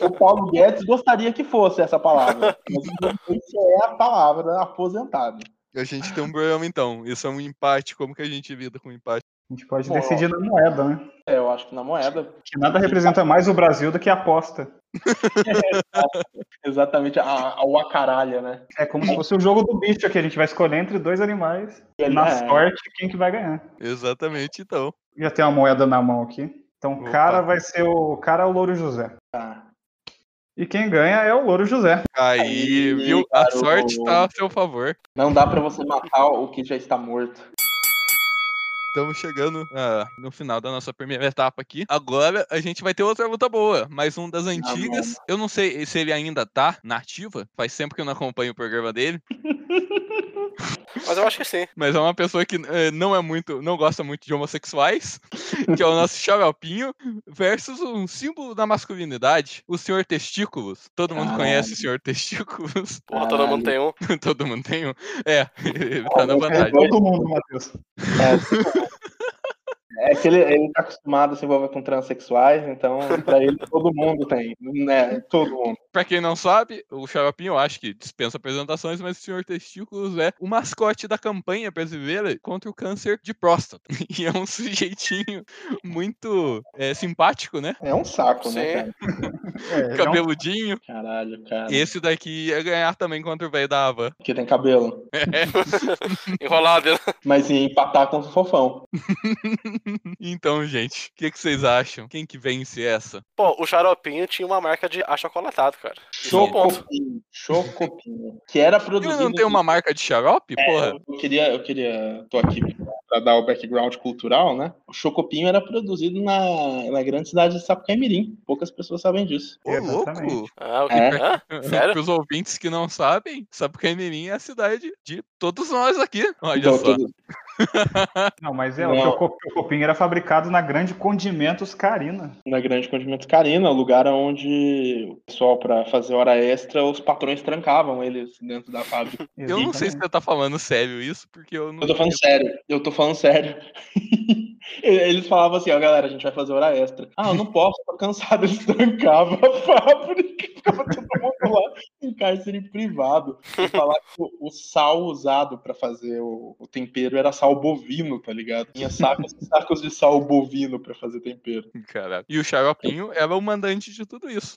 o Paulo Guedes gostaria que fosse essa palavra. Mas eu não sei se é a palavra aposentado.
A gente tem um problema, então. Isso é um empate. Como que a gente lida com empate?
A gente pode
Pô.
decidir na moeda, né?
É, eu acho que na moeda.
Que nada representa mais o Brasil do que a aposta.
Exatamente, a, a, o acaralha, né?
É como se fosse o jogo do bicho aqui. A gente vai escolher entre dois animais. E na
É.
sorte, quem que vai ganhar.
Exatamente, então.
Já tem uma moeda na mão aqui. Então o
Opa.
cara vai ser o o cara é o Louro José.
Tá.
E quem ganha é o Louro José.
Aí,
Aí,
viu? A
garoto.
sorte tá a seu favor.
Não dá pra você matar o que já está morto.
Estamos chegando ah, no final da nossa primeira etapa aqui. Agora a gente vai ter outra luta boa, mais um das antigas. Eu não sei se ele ainda tá na ativa, faz tempo que eu não acompanho o programa dele,
Mas eu acho que sim.
mas é uma pessoa que eh, não é muito, não gosta muito de homossexuais, que é o nosso Xaropinho, versus um símbolo da masculinidade, o Senhor Testículos. Todo mundo conhece o Senhor Testículos,
Porra, todo mundo tem um.
todo mundo tem um. É, ele tá na
É
vantagem.
todo mundo, Matheus.
É que ele, ele tá acostumado a se envolver com transexuais, então pra ele todo mundo tem. Né? Todo mundo.
Pra quem não sabe, o Xaropinho, eu acho que dispensa apresentações, mas o Senhor Testículos é o mascote da campanha brasileira contra o câncer de próstata. E é um sujeitinho muito é, simpático, né?
É um saco,
Sim.
né, cara?
É, ele é um-
Cabeludinho.
Caralho, cara.
Esse daqui ia ganhar também contra o velho da Ava.
Que tem cabelo.
Enrolado. né?
Mas ia empatar com o fofão.
Então, gente, o que, que vocês acham? Quem que vence essa?
Pô, o Xaropinho tinha uma marca de achocolatado, cara. Isso é um ponto.
Chocopinho. Chocopinho. Que É, era
Ele
produzido.
não tem uma marca de xarope? Porra.
Eu queria, eu queria. Tô aqui pra dar o background cultural, né? O Chocopinho era produzido na, na grande cidade de Sapucaimirim. Poucas pessoas sabem disso.
Ô, louco!
é, Exatamente.
Ah, o que?
É.
Hã? Sério?
Para os ouvintes que não sabem, Sapucaimirim é a cidade de todos nós aqui. Olha
Então,
só.
tudo-
Não, mas é,
Não.
o Choco- Chocopinho era fabricado na Grande Condimentos Carina.
na Grande Condimento Carina, o lugar onde o pessoal, pra fazer hora extra, os patrões trancavam eles dentro da fábrica.
Eu não sei se
Exatamente.
você tá falando sério isso, porque eu não.
Eu tô falando sério, eu tô falando sério. Eles falavam assim, ó, galera, a gente vai fazer hora extra. Ah, eu não posso, tô cansado. Eles trancavam a fábrica, ficava todo mundo lá em cárcere privado. Eu falava que o, o sal usado pra fazer o, o tempero era sal bovino, tá ligado? Tinha sacos, e sacos de sal bovino pra fazer tempero.
Cara. E o Xaropinho era o mandante de tudo isso.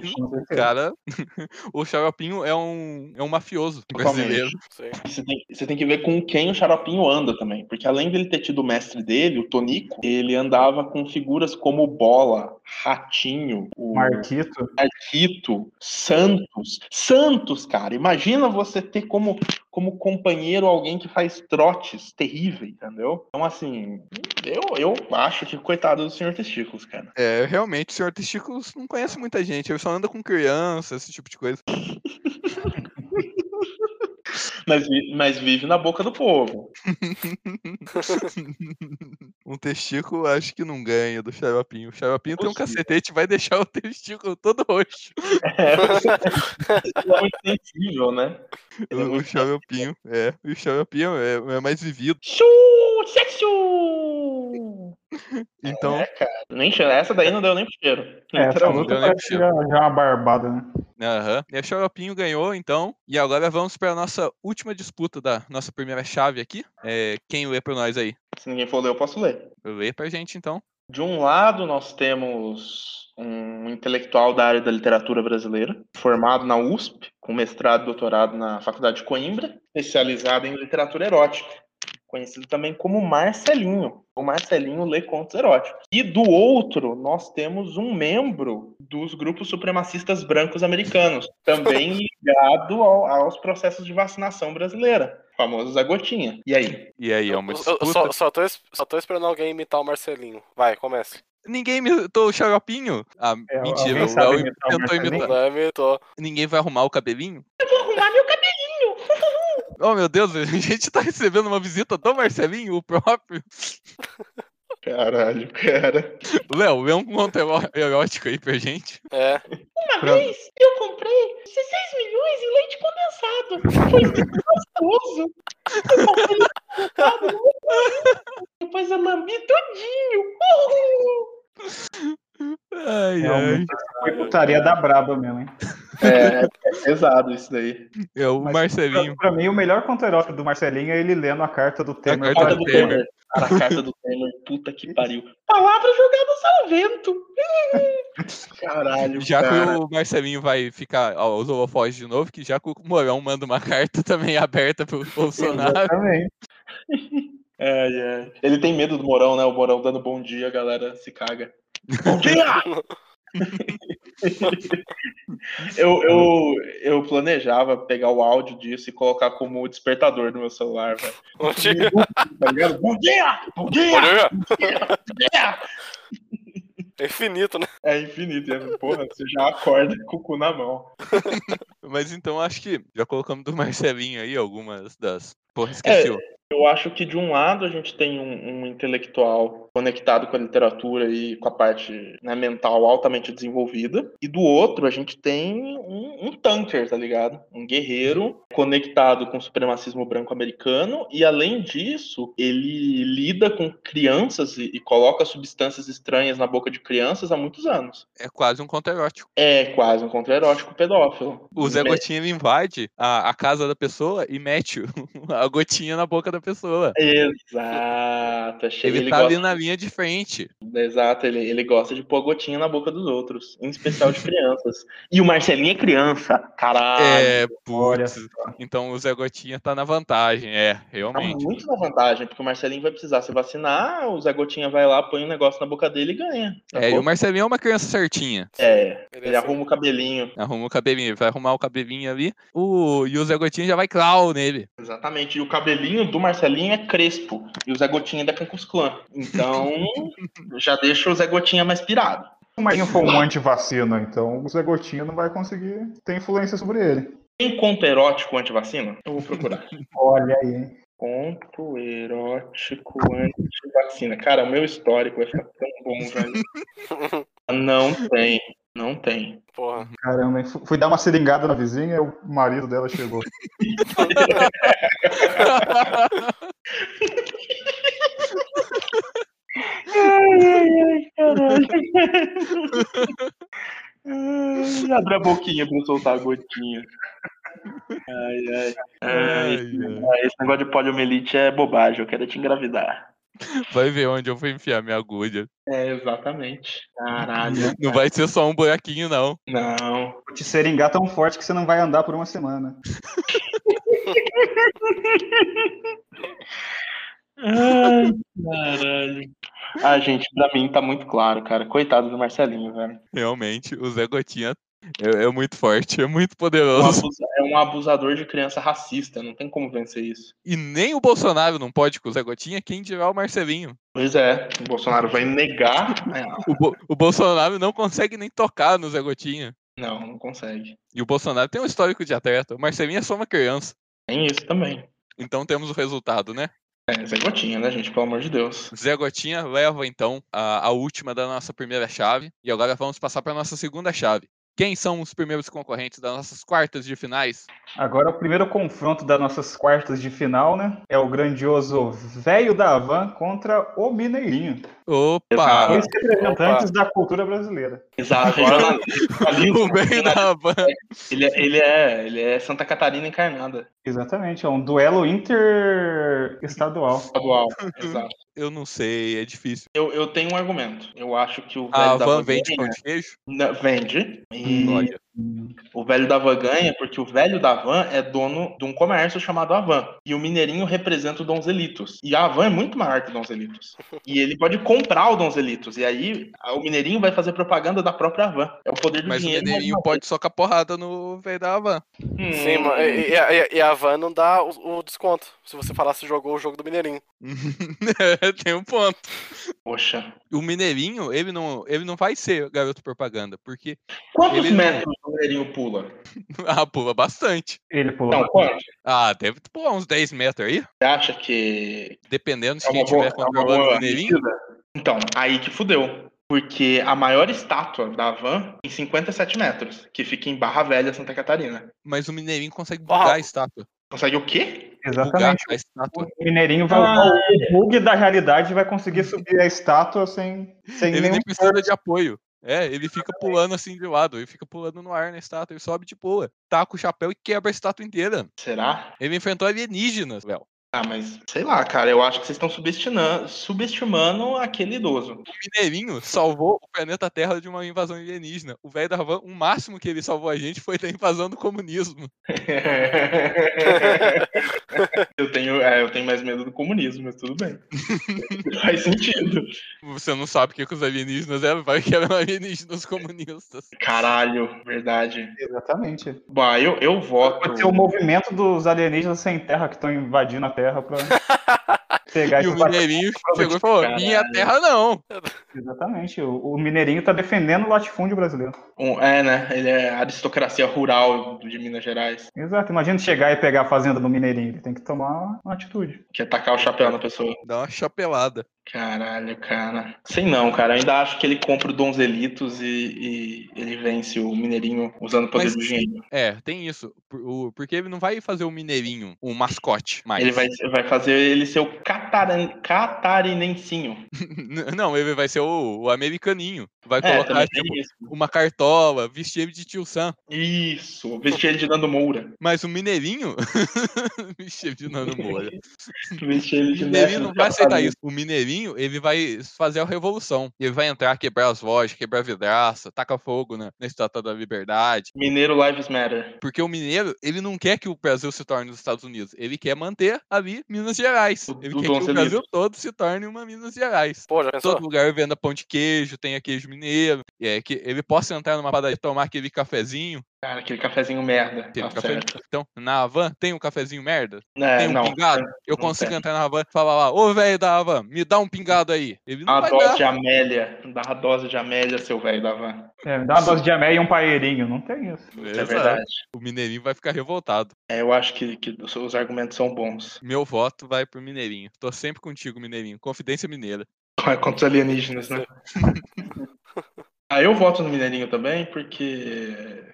Você vê que o assim, cara. o Xaropinho é um, é um mafioso
Totalmente.
brasileiro.
Sim.
Você tem, você tem que ver com quem o Xaropinho anda também. Porque além dele ter tido o mestre dele, o Tonico, ele andava com figuras como Bola, Ratinho, o
Marquito.
Marquito, Santos. Santos, cara, imagina você ter como, como companheiro alguém que faz trotes terríveis, entendeu? Então, assim, eu, eu acho que coitado do senhor Testículos, cara.
É, realmente, o senhor Testículos não conhece muita gente. Ele só anda com criança, esse tipo de coisa.
Mas, vi- mas vive na boca do povo.
Um testículo acho que não ganha do Xaropinho. O Xaropinho tem um
Possível.
cacetete vai deixar o testículo todo roxo.
É, você é muito sensível, né? Ele é
O, o
muito
Xaropinho, é. O Xaropinho é, é mais vivido.
Chu, sexo!
Então,
Nem cheiro. Essa daí não deu nem pro cheiro.
É, essa
Literalmente,
luta
eu
parece já,
lembro.
já é uma barbada, né?
Aham. E a Xaropinho ganhou, então. E agora vamos para a nossa última disputa da nossa primeira chave aqui. É, quem lê para nós aí?
Se ninguém for ler, eu posso ler.
Lê pra gente, então.
De um lado, nós temos um intelectual da área da literatura brasileira, formado na USP, com mestrado e doutorado na Faculdade de Coimbra, especializado em literatura erótica, conhecido também como Marcelinho. O Marcelinho lê contos eróticos. E do outro, nós temos um membro dos grupos supremacistas brancos americanos, também ligado ao- aos processos de vacinação brasileira, o famoso Zagotinha. E aí?
E aí, é uma
Eu- eu-
disputa.
eu só, só tô, es- só tô esperando alguém imitar o Marcelinho. Vai, comece.
Ninguém imitou o xaropinho? Ah,
É,
mentira,
alguém
o
sabe
Léo
imitar o
tentou
Marcelinho?
imitar.
Não imitou.
Ninguém vai arrumar o cabelinho?
Arrumar meu
Oh, meu Deus, a gente tá recebendo uma visita do Marcelinho, o próprio.
Caralho, cara.
Léo, vê um conto eró- erótico aí pra gente.
É.
Uma
Pra-
vez eu comprei 16 milhões em leite condensado. Foi muito gostoso. Eu comprei leite condensado. né? Depois eu lambi todinho. Uhul.
Ai,
É um
ai.
Realmente, Foi putaria da braba mesmo, hein?
É, é pesado isso daí.
É o
Mas-
Marcelinho.
Pra, pra mim, o melhor conto erótico do Marcelinho é ele lendo a carta do Temer.
carta
pra-
do Temer.
Cara, a carta do Temer, puta que pariu.
Palavra jogadas ao vento.
Caralho,
Já um
cara.
que o Marcelinho vai ficar aos holofotes de novo, que já que o Morão manda uma carta também aberta pro Bolsonaro.
Também.
Ai, ai. É, Ele tem medo do Morão, né? O Morão dando bom dia, a galera se caga. Bom dia! eu, eu, eu planejava pegar o áudio disso e colocar como despertador no meu celular, velho.
Bom Um dia.
Tá ligado? Bom dia! Bom
Bom
dia!
dia.
Bom dia!
É infinito, né?
É infinito, é, porra, você já acorda com o cu na mão.
Mas então acho que já colocamos do Marcelinho aí algumas das.
É.
Porra, esqueci. o-
Eu acho que de um lado a gente tem um, um intelectual conectado com a literatura e com a parte né, mental altamente desenvolvida, e do outro a gente tem um, um tanker, tá ligado? Um guerreiro conectado com o supremacismo branco americano, e além disso, ele lida com crianças e, e coloca substâncias estranhas na boca de crianças há muitos anos.
É quase um conto erótico.
É quase um contra-erótico pedófilo.
O Zé Gotinha ele invade a, a casa da pessoa e mete o- a gotinha na boca da pessoa.
Exato, achei
Ele, tá
gosta
ali na linha de frente.
Exato, ele, ele gosta de pôr gotinha na boca dos outros, em especial de crianças. E o Marcelinho é criança, caralho.
é,
Olha
putz. Então o Zé Gotinha tá na vantagem, é,
Tá
realmente.
muito na vantagem, porque o Marcelinho vai precisar se vacinar, o Zé Gotinha vai lá, põe um negócio na boca dele e ganha.
É, e
Sacou?
o Marcelinho é uma criança certinha.
É,
Ele é
ele
assim.
arruma o cabelinho.
Arruma o cabelinho, ele vai arrumar o cabelinho ali. O, e o Zé Gotinha já vai clau nele.
Exatamente, e o cabelinho do Marcelinho é crespo, e o Zé Gotinha é da Cancus Clã. Então, já deixa o Zé Gotinha mais pirado.
O Marquinho foi um antivacina, então o Zé Gotinha não vai conseguir ter influência sobre ele.
Tem um conto erótico antivacina? Eu vou procurar.
Olha aí, hein?
Conto erótico anti-vacina. Cara, o meu histórico vai ficar tão bom, velho. Ah, Não tem, não tem.
Porra.
Caramba, hein? Fu- Fui dar uma seringada na vizinha e o marido dela chegou.
Ai, Abre a boquinha pra eu soltar a gotinha. Ai, ai. Ai, esse, ai, esse negócio de poliomielite é bobagem, eu quero te engravidar.
Vai ver onde eu vou enfiar minha agulha.
É, exatamente. Caralho.
Não vai ser só um buraquinho, não.
Não.
Vou te seringar tão forte que você não vai andar por uma semana.
Ai, caralho. Ah, gente, pra mim tá muito claro, cara. Coitado do Marcelinho, velho.
Realmente, o Zé Gotinha é, é muito forte, é muito
É um
poderoso.
abusa- é um abusador de criança racista, não tem como vencer isso.
E nem o Bolsonaro não pode com o Zé Gotinha, quem dirá o Marcelinho.
Pois é, o Bolsonaro vai negar. né?
O, Bo- o Bolsonaro não consegue nem tocar no Zé Gotinha.
Não, não consegue.
E o Bolsonaro tem um histórico de atleta. O Marcelinho é só uma criança.
Tem isso também.
Então temos o resultado, né?
É, Zé Gotinha, né, gente? Pelo amor de Deus.
Zé Gotinha leva então a, a última da nossa primeira chave. E agora vamos passar para nossa segunda chave. Quem são os primeiros concorrentes das nossas quartas de finais?
Agora, o primeiro confronto das nossas quartas de final, né? É o grandioso Velho da Havan contra o Mineirinho. é
Opa!
Dois representantes da cultura brasileira.
Exato.
O meio da Havan.
ele, é- ele, é, ele é Santa Catarina encarnada.
Exatamente, é um duelo interestadual.
Estadual, exato.
Eu não sei, é difícil.
Eu, eu tenho um argumento. Eu acho que o velho
A
da
van
van né? Hum,
vende pão
ganha,
de queijo?
Não, vende. E
Olha.
o velho da van ganha porque o velho da van é dono de um comércio chamado Avan. E o mineirinho representa o Donzelitos. E a Avan é muito maior que o Donzelitos. E ele pode comprar o Donzelitos. E aí a- o mineirinho vai fazer propaganda da própria Avan. É o poder do
Mas o
dinheiro.
Mineirinho pode socar porrada no velho da van.
Hum,
Sim, mano. E, e a- e a- e a Van não dá o, o desconto. Se você falar se jogou o jogo do Mineirinho.
Tem um ponto.
Poxa.
O Mineirinho, ele não, ele não vai ser garoto propaganda, porque.
Quantos
Ele-
metros o mineirinho pula?
Ah, pula bastante.
Ele pulou.
Não, quanto?
Ah, deve pular uns 10 metros aí.
Você acha que
Dependendo se
É
quem
uma boa-
estiver
é uma
controlando o
boa
Mineirinho.
Então, aí que fudeu. Porque a maior estátua da van tem 57 metros, que fica em Barra Velha, Santa Catarina.
Mas o Mineirinho consegue bugar a estátua.
Consegue o quê?
Bugar
Exatamente.
a estátua.
O Mineirinho vai usar o bug da realidade e vai conseguir subir a estátua sem, sem
Ele
nenhum.
nem precisa de apoio. É, ele fica pulando assim de lado, ele fica pulando no ar na estátua, ele sobe de boa, taca Tá o chapéu e quebra a estátua inteira.
Será?
Ele enfrentou alienígenas, Léo.
Ah, mas sei lá, cara. Eu acho que vocês estão subestimando, subestimando aquele idoso.
Mineirinho salvou o planeta Terra de uma invasão alienígena. O velho da Havan, o máximo que ele salvou a gente foi da invasão do comunismo.
eu, tenho, é, eu tenho mais medo do comunismo, mas tudo bem. Faz sentido.
Você não sabe o que, que os alienígenas eram, vai que eram alienígenas comunistas.
Caralho, verdade.
Exatamente.
Bah, eu, eu voto.
Pode ser o movimento dos alienígenas sem terra que estão invadindo a terra pra pegar
E o
esse bate-
Mineirinho chegou e falou:
né?"
Minha terra não.
Exatamente. O, o Mineirinho tá defendendo o latifúndio brasileiro.
Um- é, né? Ele é a aristocracia rural de Minas Gerais.
Exato. Imagina chegar e pegar a fazenda do Mineirinho. Ele tem que tomar uma atitude.
Que é tacar o chapéu na pessoa.
Dá uma chapelada.
Caralho, cara. Sei não, cara. Eu ainda acho que ele compra o Donzelitos e, e ele vence o Mineirinho usando o poder
Mas-
do dinheiro.
É, tem isso. Por- o- Porque ele não vai fazer o Mineirinho o mascote mais.
Ele vai, vai fazer ele ser o catarin, catarinensinho.
N- Não, ele vai ser o, o americaninho. Vai
É,
colocar
também
tipo,
tem isso.
uma cartola, vestir ele de tio Sam.
Isso, vestir ele de Nando Moura.
Mas o Mineirinho. vestir ele de Nando Moura.
Vestir ele
O
de
Mineirinho
Nelson
não vai aceitar
Cavalinho.
isso. O Mineirinho, ele vai fazer a revolução. Ele vai entrar, quebrar as lojas, quebrar vidraça, taca fogo na, na Estátua da Liberdade.
Mineiro Lives Matter.
Porque o mineiro, ele não quer que o Brasil se torne os Estados Unidos. Ele quer manter ali Minas Gerais.
O-
Ele
o
quer que o
Brasil
Brasil
livre.
todo se torne uma Minas Gerais.
Pô, já pensou?
Todo lugar venda pão de queijo, tenha queijo mineiro. É, que ele possa entrar numa padaria e tomar aquele cafezinho.
Cara, aquele cafezinho merda.
Aquele
Tá
café-
certo.
Então, na Havan, tem um cafezinho merda?
É,
tem um
não.
pingado? Eu
não
consigo
tem.
entrar na Havan e falar lá, ô velho da Havan, me dá um pingado aí. Ele não
A
vai
dose
dar.
de Amélia. Dá a dose de Amélia, seu velho da van.
É, dá uma dose de amé e um paeirinho. Não tem isso.
É
Exato.
verdade.
O Mineirinho vai ficar revoltado.
É, eu acho que, que os- os argumentos são bons.
Meu voto vai pro Mineirinho. Tô sempre contigo, Mineirinho. Confidência mineira.
Contra os alienígenas, né? Ah, eu voto no Mineirinho também, porque.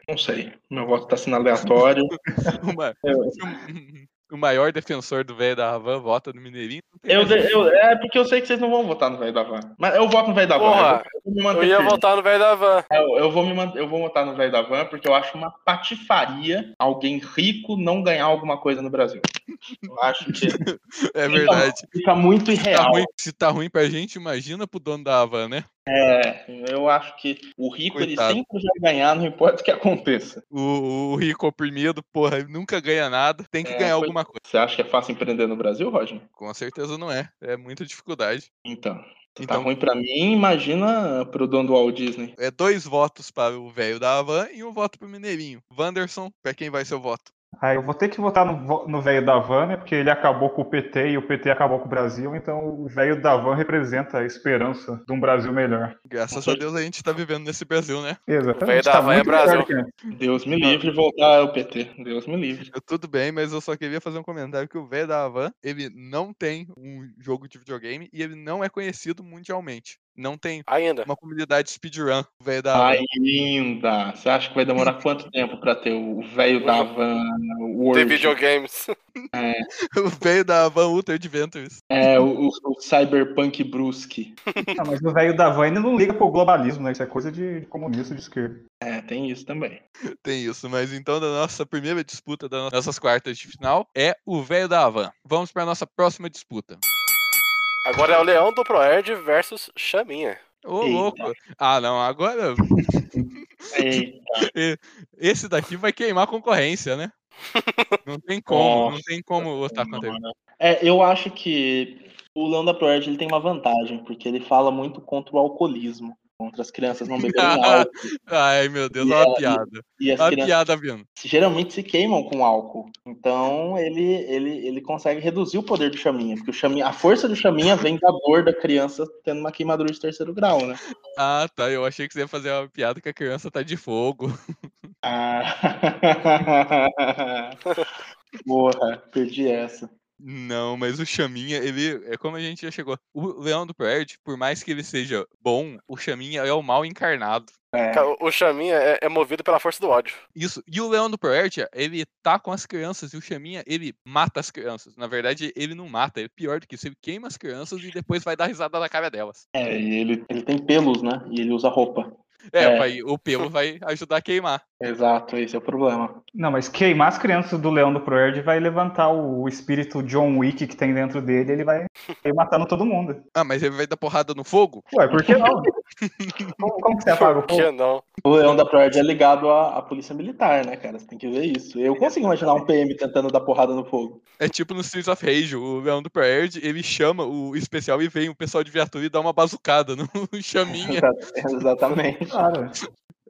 Não sei. Meu voto tá sendo aleatório.
O, ma-
É, Eu-
se o- o maior defensor do velho da Havan vota no Mineirinho. não tem
Eu,
mais ninguém.
eu- é porque eu sei que vocês não vão votar no velho da van. Mas eu voto no velho da van.
Porra,
eu vou- eu vou me manter
Eu ia
firme. É,
voltar no velho da van.
Eu, eu vou me man- eu vou votar no velho da van porque eu acho uma patifaria alguém rico não ganhar alguma coisa no Brasil. Eu acho que Então,
É verdade.
fica muito
Tá
irreal.
ruim- se tá ruim pra gente, imagina pro dono da Havan, né?
É, eu acho que o rico
Coitado.
ele sempre vai ganhar, não importa o que aconteça.
O, o rico oprimido, porra, ele nunca ganha nada. Tem que
É,
ganhar
foi-
alguma coisa.
Você acha que é fácil empreender no Brasil, Roger?
Com certeza não é. É muita dificuldade.
Então. se Tá
Então-
ruim pra mim, imagina pro dono do Walt Disney.
É dois votos para o velho da Havan e um voto pro Mineirinho. Wanderson, pra quem vai seu voto?
Ah, eu vou ter que votar no vo- no velho da van, né? Porque ele acabou com o PT e o PT acabou com o Brasil. Então o velho da van representa a esperança de um Brasil melhor.
Graças a Deus a gente tá vivendo nesse Brasil, né?
Exatamente.
velho da
Tá
van é
muito
Brasil.
melhor que antes.
Deus me livre voltar ao PT. Deus me livre.
Eu- Tudo bem, mas eu só queria fazer um comentário que o velho da Havan, ele não tem um jogo de videogame e ele não é conhecido mundialmente. Não tem
Ainda.
uma comunidade speedrun, o velho da
Tá
Havan.
Ainda. Você acha que vai demorar quanto tempo pra ter o velho da van, o
Tem
World?
videogames.
Veio da Van Uter Adventures.
É, o, o- o Cyberpunk Brusque.
Ah, mas o velho da van ainda não liga pro globalismo, né? Isso é coisa de de comunista de esquerda.
É, tem isso também.
Tem isso, mas então da nossa primeira disputa das nossas quartas de final é o velho da Havan. Vamos para nossa próxima disputa.
Agora é o Leão do Proerd versus Chaminha.
Ô,
Eita.
louco! Ah, não, agora
Ei,
esse daqui vai queimar a concorrência, né? Não tem como, não tem como lutar contra ele.
é, eu acho que o Leão da Proerd ele tem uma vantagem, porque ele fala muito contra o alcoolismo, contra as crianças não beberem álcool.
Ai, meu Deus,
E
olha a
ela-
piada.
E as
Olha a
crianças
piada vindo.
geralmente se queimam com álcool. Então ele, ele, ele consegue reduzir o poder do chaminha, porque o chaminha, a força do chaminha vem da dor da criança tendo uma queimadura de terceiro grau, né?
Ah, tá, eu achei que você ia fazer uma piada que a criança tá de fogo.
Ah. Porra, perdi essa.
Não, mas o Chaminha, ele. É como a gente já chegou. O Leão do Proerd, por mais que ele seja bom, o Chaminha é o mal encarnado.
É,
Ca- O Chaminha é, é movido pela força do ódio.
Isso. E o Leão do Proerd, ele tá com as crianças e o Chaminha, ele mata as crianças. Na verdade, ele não mata, ele é pior do que isso. Ele queima as crianças e depois vai dar risada na cara delas.
é, e ele, ele tem pelos, né? E ele usa roupa.
É,
É.
vai- o pelo vai ajudar a queimar.
Exato, esse é o problema.
Não, mas queimar as crianças do leão do Proerd vai levantar o espírito John Wick que tem dentro dele, ele vai ir matando todo mundo.
Ah, mas ele vai dar porrada no fogo?
Ué, por que não? como, como
É,
que você apaga o
Por
fogo?
que não?
O leão da Proerd é ligado à, à polícia militar, né, cara? Você tem que ver isso. Eu consigo imaginar um PM tentando dar porrada no fogo.
É tipo no Streets of Rage, o Leão do Proerd, ele chama o especial e vem o pessoal de viatura e dá uma bazucada no Chaminha.
Exatamente.
Claro.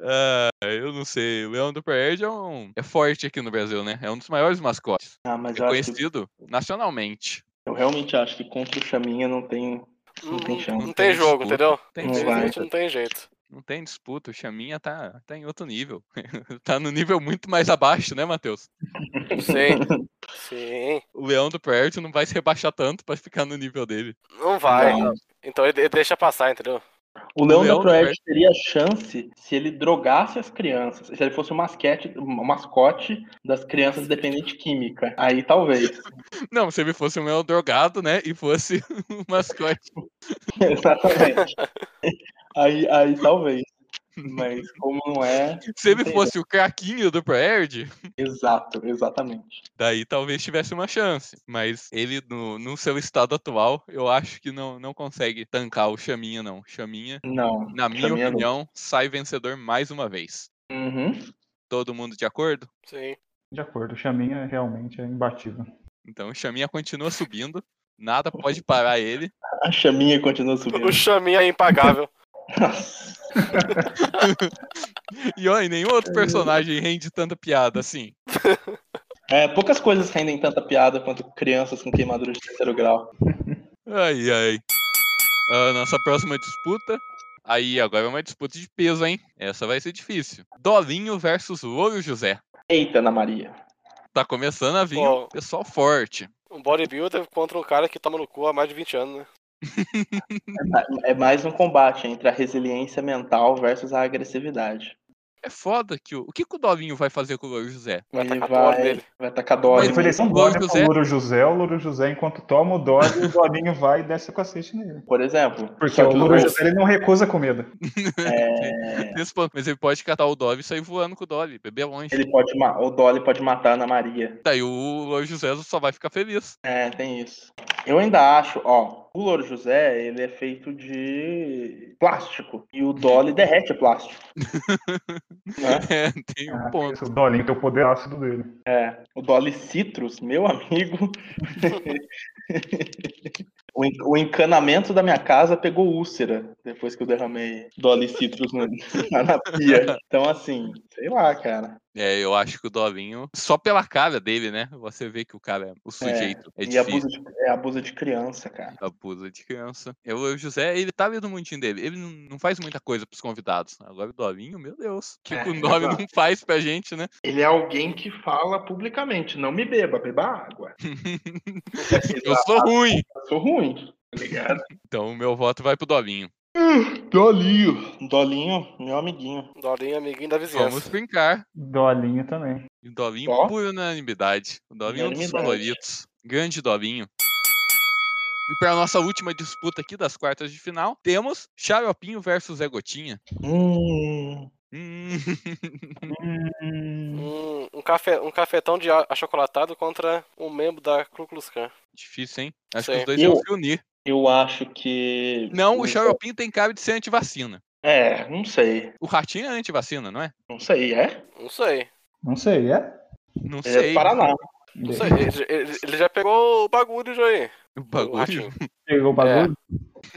Ah, eu não sei. O Leão do Proerd é um. É forte aqui no Brasil, né? É um dos maiores mascotes.
Ah, mas
É
eu, acho que,
conhecido nacionalmente.
eu realmente acho que contra o chaminha não tem. Não tem
Não,
chance.
não tem jogo,
disputa.
entendeu?
Tem
Não
disputa,
vai.
Infelizmente não tem jeito.
não tem disputa. O Chaminha tá, tá em outro nível. tá no nível muito mais abaixo, né, Matheus?
Sim. Sim.
O Leão do Proerd não vai se rebaixar tanto pra ficar no nível dele.
Não vai.
Não.
Então ele, ele deixa passar, entendeu?
O Leão da
Leão da
Proerd teria chance se ele drogasse as crianças. Se ele fosse o masquete, o mascote das crianças dependente química. Aí talvez.
Não, se ele fosse um leão drogado, né? E fosse um mascote.
Exatamente. Aí, aí talvez. Mas como não é.
Se ele
Entendi.
fosse o craquinho do Proerd,
Exato, exatamente.
daí talvez tivesse uma chance. Mas ele, no, no seu estado atual, eu acho que não, não consegue tancar o Chaminha, não. Chaminha,
Não.
na minha
Chaminha não.
opinião, sai vencedor mais uma vez.
Uhum.
Todo mundo de acordo?
Sim.
De acordo, o Chaminha realmente é imbatível.
Então o Chaminha continua subindo. Nada pode parar ele.
A chaminha continua
O
subindo.
Chaminha é impagável.
Nossa.
E olha, nenhum outro personagem rende tanta piada assim.
É, poucas coisas rendem tanta piada quanto crianças com queimadura de terceiro grau.
Ai, ai. A nossa próxima disputa. Aí, agora é uma disputa de peso, hein? Essa vai ser difícil. Dolinho versus Louro José.
Eita, Ana Maria.
Tá começando a vir
Ó.
um pessoal forte.
Um bodybuilder contra um cara que toma no cu há mais de 20 anos, né?
É ma- É mais um combate entre a resiliência mental versus a agressividade.
É foda que o. O que, que o Dolinho vai fazer com o Louro José?
Vai
Ele
tacar dólar
vai,
nele.
vai tacar
Pode
dólar.
Mas foi-
oferecer um
o
dólar
José-
pro Louro José, é o Louro José, enquanto toma o dólar, o Dolinho vai e desce o cacete nele.
Por exemplo.
Porque
Só
o
que
Louro José ele não recusa comida.
é,
Nesse ponto, Mas ele pode catar o Dolly e sair voando com o Dolly, beber longe.
ele pode, ma- o Dolly pode matar a Ana Maria.
Daí o Louro José só vai ficar feliz.
É, tem isso. Eu ainda acho, ó, o Louro José, ele é feito de plástico. E o Dolly derrete plástico. Né?
É, tem um ponto.
O Dolinho tem o poder ácido dele.
É, o Dolly Citrus, meu amigo. O en- O encanamento da minha casa pegou úlcera depois que eu derramei Dolly Citrus no- na, na pia. Então, assim, sei lá, cara.
É, eu acho que o Dolinho, só pela cara dele, né? Você vê que o cara, é- o sujeito, é,
e abusa
difícil.
de, é abuso de criança, cara.
Abusa de criança. Eu, o José, ele tá ali no mundinho dele. Ele não- não faz muita coisa pros convidados. Agora o Dolinho, meu Deus. O que
É,
que o Dolly
exato.
não faz pra gente, né?
Ele é alguém que fala publicamente, não me beba, beba água.
Eu sou ruim.
Eu sou ruim.
Tá ligado?
Então o meu voto vai pro Dolinho.
Dolinho. Dolinho, meu amiguinho.
Dorinho, amiguinho da vizinhança.
Vamos brincar.
Dolinho também.
E o Dolinho
Ó.
por unanimidade. O Dolinho é um dos
Unanimidade.
favoritos. Grande Dolinho. E para nossa última disputa aqui das quartas de final, temos Xaropinho versus Zé Gotinha.
Hum.
Hum,
Hum,
Um, um, café, um cafetão de a- achocolatado contra um membro da Ku Klux Klan.
difícil, hein? Acho que
Sei.
os dois
Eu-
vão se unir.
Eu acho que.
Não, o é Xaropinho tem cara de ser antivacina.
É, não sei.
O Ratinho é antivacina, não é?
Não sei, é?
Não sei.
não sei, é?
Não
Ele é
sei.
do Paraná.
Não sei. Ele, ele- ele já pegou o bagulho já aí.
o
O
bagulho.
ratinho.
Pegou o bagulho?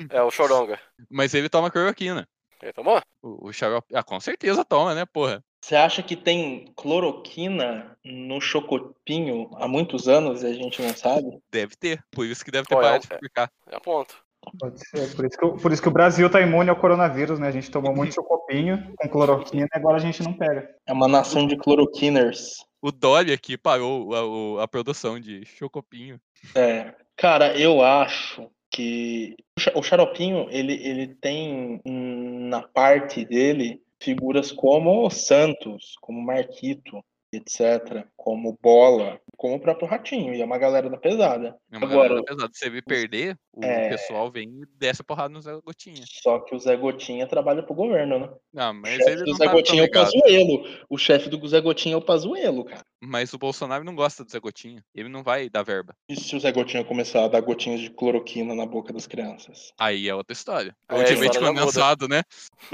É, o choronga.
Mas ele toma cloroquina.
Ele tomou?
O, o Xaropinho. Ah, com certeza toma, né, porra?
Você acha que tem cloroquina no chocopinho há muitos anos e a gente não sabe?
Deve ter. Por isso que deve ter
Ó, é
parado
um-
de explicar.
É ponto.
Pode ser. Por isso, que, o- por isso que o Brasil tá imune ao coronavírus, né? A gente tomou muito chocopinho com cloroquina e agora a gente não pega.
É uma nação de cloroquiners.
O Dolly aqui parou a, o- a produção de Chocopinho.
É, cara, eu acho que o cha- o Xaropinho, ele, ele tem hum, na parte dele figuras como o Santos, como Marquito, etc., como Bola, como o próprio Ratinho, e é uma galera da pesada.
É uma
Agora-
galera pesada. Se ele perder, o
É.
pessoal vem e desce a porrada no Zé Gotinha.
Só que o Zé Gotinha trabalha pro governo, né?
Não,
O
mas
chefe
ele
do
não
Zé
tá tão
Gotinha é o
ligado.
Pazuello. O chefe do Zé Gotinha é o Pazuello, cara.
Mas o Bolsonaro não gosta do Zé Gotinha. Ele não vai dar verba.
E se o Zé Gotinha começar a dar gotinhas de cloroquina na boca das crianças?
Aí é outra história.
Aí a
Ultimamente
história já muda.
condensado, né?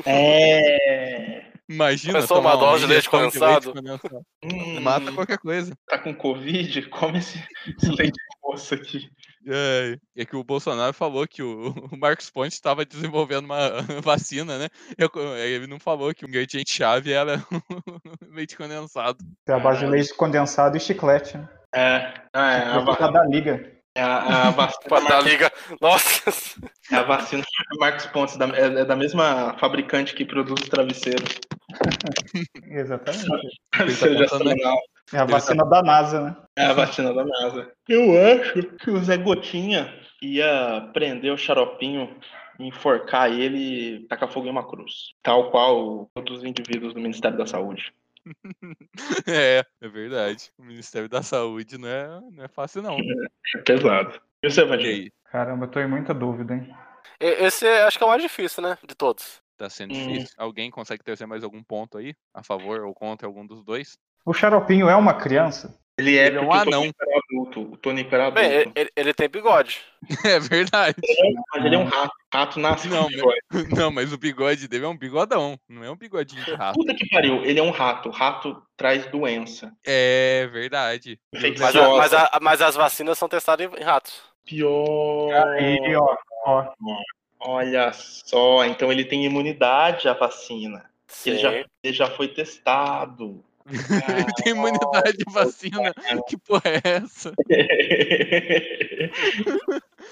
É.
Imagina.
Começou uma
tomar um
dose de leite
injeção
condensado.
condensado.
Hum.
Mata qualquer coisa.
tá com Covid, come esse, esse leite de moça aqui.
É, é que o Bolsonaro falou que o, o Marcos Pontes estava desenvolvendo uma vacina, né? Eu- ele não falou que o ingrediente-chave era leite condensado.
É a base de leite condensado e chiclete. Né?
É, ah, é, a, va-
da liga.
é a- a vacina,
Pra
Tá.
dar liga. Nossa.
é a vacina do Marcos Pontes, da- é, é da mesma fabricante que produz o travesseiro.
Exatamente.
Travesseiro de
contando, né?
astronauta.
É a vacina da NASA, né?
É a vacina da NASA. Eu acho que o Zé Gotinha ia prender o xaropinho, enforcar ele e tacar fogo em uma cruz. Tal qual outros indivíduos do Ministério da Saúde.
É, é verdade. O Ministério da Saúde não é, não é fácil, não. E
É pesado. E você, Vandinho?
aí?
Caramba, eu tô em muita dúvida, hein?
E- Esse acho que é o mais difícil, né? De todos.
Tá sendo
Hum.
difícil. Alguém consegue trazer mais algum ponto aí? A favor ou contra algum dos dois?
O xaropinho é uma criança?
Ele é
Ele é um
porque o
anão.
Tony Impera é adulto. O Tony Impera é adulto.
Bem, ele- ele, ele tem bigode.
É verdade.
Mas ele é um rato. Rato nasce
Não, né?
com bigode.
Não, mas o bigode dele é um bigodão. Não é um bigodinho de rato.
Puta que pariu, ele é um rato. Rato traz doença.
É verdade.
Mas, a- mas, a- mas as vacinas são testadas em em ratos.
Pior.
Aí, ó.
Olha só, então ele tem imunidade à vacina. Ele já, ele já foi testado.
Ele tem imunidade de vacina. Que porra é essa?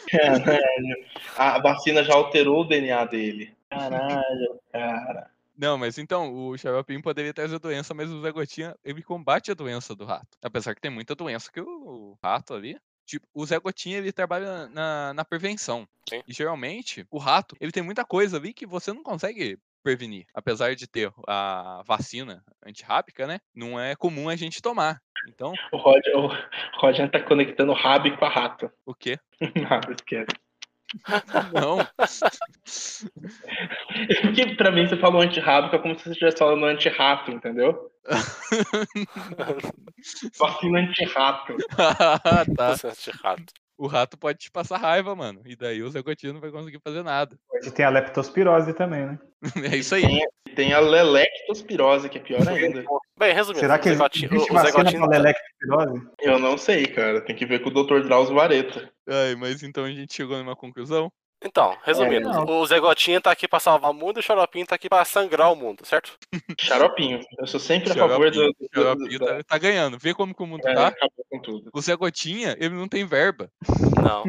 Caralho. A vacina já alterou o DNA dele. Caralho, cara.
Não, mas então, o xaropinho poderia trazer a doença, mas o Zé Gotinha, ele combate a doença do rato. Apesar que tem muita doença que o rato ali... Tipo, o Zé Gotinha, ele trabalha na, na prevenção.
Sim.
E geralmente, o rato, ele tem muita coisa ali que você não consegue prevenir. Apesar de ter a vacina antirrábica, né? Não é comum a gente tomar. Então,
O Roger, o Roger tá conectando rabo com a rata.
o quê?
Nada, esquece.
Não.
Porque pra mim você falou antirrábica como se você estivesse falando antirrato, entendeu? Vacina antirrato.
Ah, tá.
Vacina de rato.
O rato pode te passar raiva, mano. E daí o Zé Gotinha não vai conseguir fazer nada.
Hoje tem a leptospirose também, né?
É isso aí.
E tem a leletospirose, que é pior ainda.
Bem, resumindo.
Será que
o Zé Gotinha-
existe
o tá- Zé
vacina
Gotinha-
pra leptospirose?
Eu não sei, cara. Tem que ver com o Dr. Drauzio Vareta.
Ai, mas então a gente chegou numa conclusão.
Então, resumindo.
É, não.
o Zé Gotinha tá aqui pra salvar o mundo e o Xaropinho tá aqui pra sangrar o mundo, certo?
Xaropinho. Eu sou sempre a é. favor do.
Xaropinho,
do-
xaropinho
do-
tá, tá ganhando. Vê como que o mundo
É,
tá.
acabou com tudo.
O Zé Gotinha, ele não tem verba.
Não.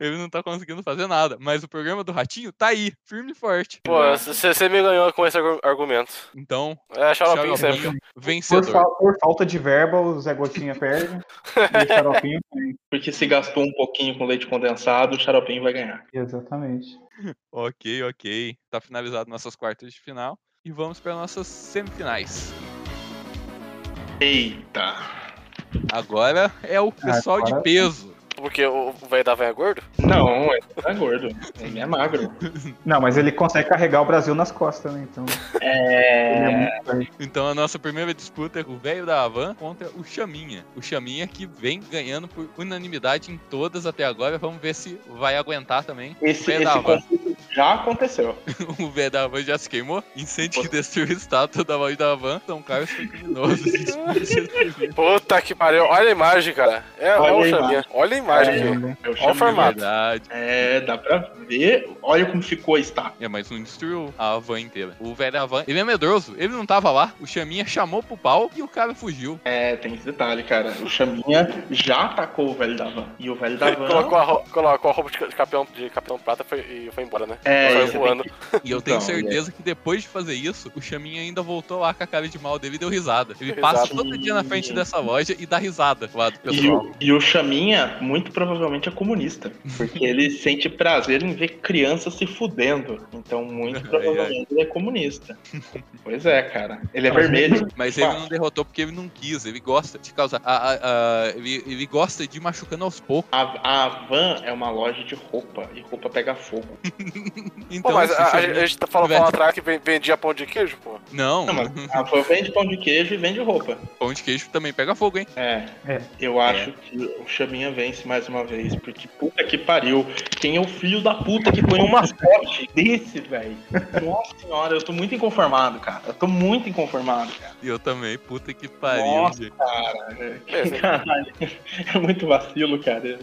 Ele não tá conseguindo fazer nada. Mas o programa do Ratinho tá aí, firme e forte.
Pô, você me ganhou com esse argu- argumento.
Então,
É, Xaropinho sempre.
xaropinho,
é
Por,
vencedor.
fal- por falta de verba, o Zé Gotinha perde. e o xaropinho ganha.
Porque se gastou um pouquinho com leite condensado, o Xaropinho vai ganhar.
Exatamente.
Ok, ok. Tá finalizado nossas quartas de final. E vamos para nossas semifinais.
Eita.
Agora é o pessoal de
agora-
peso.
é Porque o o velho da velha gordo?
Não, ele não é gordo. Ele é magro.
Não, mas ele consegue carregar o Brasil nas costas, né? Então. Ele
É.
é muito...
Então a nossa primeira disputa é o velho da Havan contra o Chaminha. O Chaminha que vem ganhando por unanimidade em todas até agora. Vamos ver se vai aguentar também.
Esse, esse
Pedava.
conflito já aconteceu.
O velho da Havan já se queimou. Incêndio que destruiu o estátua da Valde da Havan. São Carlos foi criminoso. é
Puta que pariu. Olha a imagem, cara. É, é
Olha
o
a
Xavier. Olha a imagem aqui.
né?
Eu
Olha o formato.
Verdade.
É, dá pra ver. Olha como ficou a estátua.
É, mas não destruiu a van inteira. O velho da van, ele é medroso, ele não tava lá. O Chaminha chamou pro pau e o cara fugiu.
É, tem esse detalhe, cara. O Chaminha já atacou o velho da van. E o velho da van.
Colocou a, ro- colocou a roupa de, ca- de capitão, de capitão prata foi- e foi embora, né?
É,
foi
você tem
voando.
E eu tenho
Então,
certeza que depois de fazer isso, o Chaminha ainda voltou lá com a cara de mal dele e deu risada. Ele passa
Risada.
todo dia na frente dessa loja e dá risada lá do
E
pessoal.
o, e o Chaminha, muito provavelmente, é comunista. Porque ele sente prazer em ver crianças se fudendo. Então, muito provavelmente, ele é comunista. Pois é, cara. Ele é vermelho.
Mas ele não derrotou porque ele não quis, ele gosta de causar. a- a- a- ele, ele gosta de ir machucando aos poucos.
A, a van é uma loja de roupa. E roupa pega fogo.
Então,
Pô, mas
se o
a, a-
Chaminha-
a gente tá falando
Velho.
lá atrás que ven- vendia pão de queijo, pô.
Não,
Não, mas a van vende pão de queijo e vende roupa.
pão de queijo também pega fogo, hein?
É.
É.
Eu acho que o Chaminha vence mais uma vez. Porque puta que pariu. Quem é o filho da puta que põe um mascote desse, velho? Nossa senhora, eu tô muito inconformado, cara. Eu tô muito inconformado, cara.
E eu também, puta que pariu,
Nossa.
gente.
Beleza.
Caralho, é muito vacilo, cara.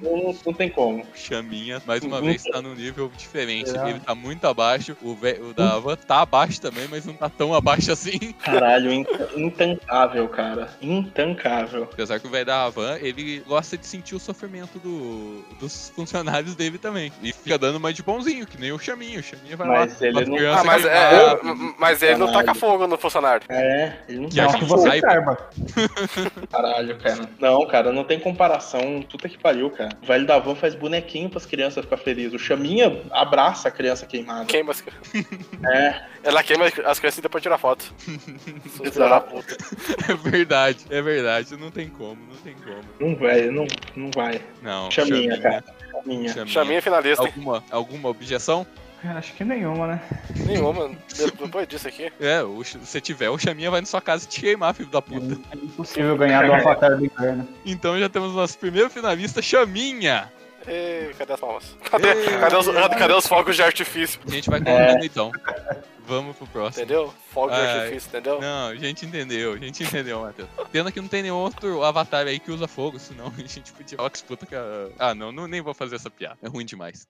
não, não tem como.
Chaminha, mais uma
Uhum.
vez, tá num nível diferente.
É.
Será?
Ele tá muito abaixo, o, ve- o da Havan tá abaixo também, mas não tá tão abaixo assim.
Caralho, in- intancável, cara. Intancável.
Apesar que o velho da Havan, ele gosta de sentir o sofrimento do- dos funcionários dele também. E fica dando uma de bonzinho, que nem o Chaminha. O Chaminha vai
Mas
lá.
ele
bota
não- tá
criança
Ah, mas,
que-
é,
Ah,
m- mas ele não
Caralho.
taca fogo no funcionário.
É, ele não
Que
tem
acho
Não, que você
Ai,
saiba.
caralho, cara. Não, cara, não tem comparação. Puta que pariu, cara. O velho da van faz bonequinho pras crianças ficar felizes. O Chaminha abraça a criança queimada.
Queima as
É.
Ela queima as crianças e depois tira foto. Sou filho da
Exato.
puta.
É verdade, é verdade. Não tem como, não tem como.
Não vai, não, não vai.
Não.
Chaminha, cara. Chaminha.
Chaminha é finalista, hein?
Alguma, alguma objeção?
Acho que nenhuma, né?
Nenhuma. De- Depois disso aqui.
É, o, Ch- se tiver, o Chaminha vai na sua casa te queimar, filho da puta.
É impossível ganhar do Avatar do Inverno.
Então já temos o nosso primeiro finalista, Chaminha.
Ê, cadê as palmas? Cadê, cadê os, cadê os fogos de artifício?
A gente vai
É.
contando então. Vamos pro próximo.
Entendeu? Fogos de
Ai.
artifício, entendeu?
Não, a gente entendeu, a gente entendeu, Matheus. Pena que não tem nenhum outro avatar aí que usa fogo, senão a gente podia falar que disputa com a... Ah, não, não, nem vou fazer essa piada, é ruim demais.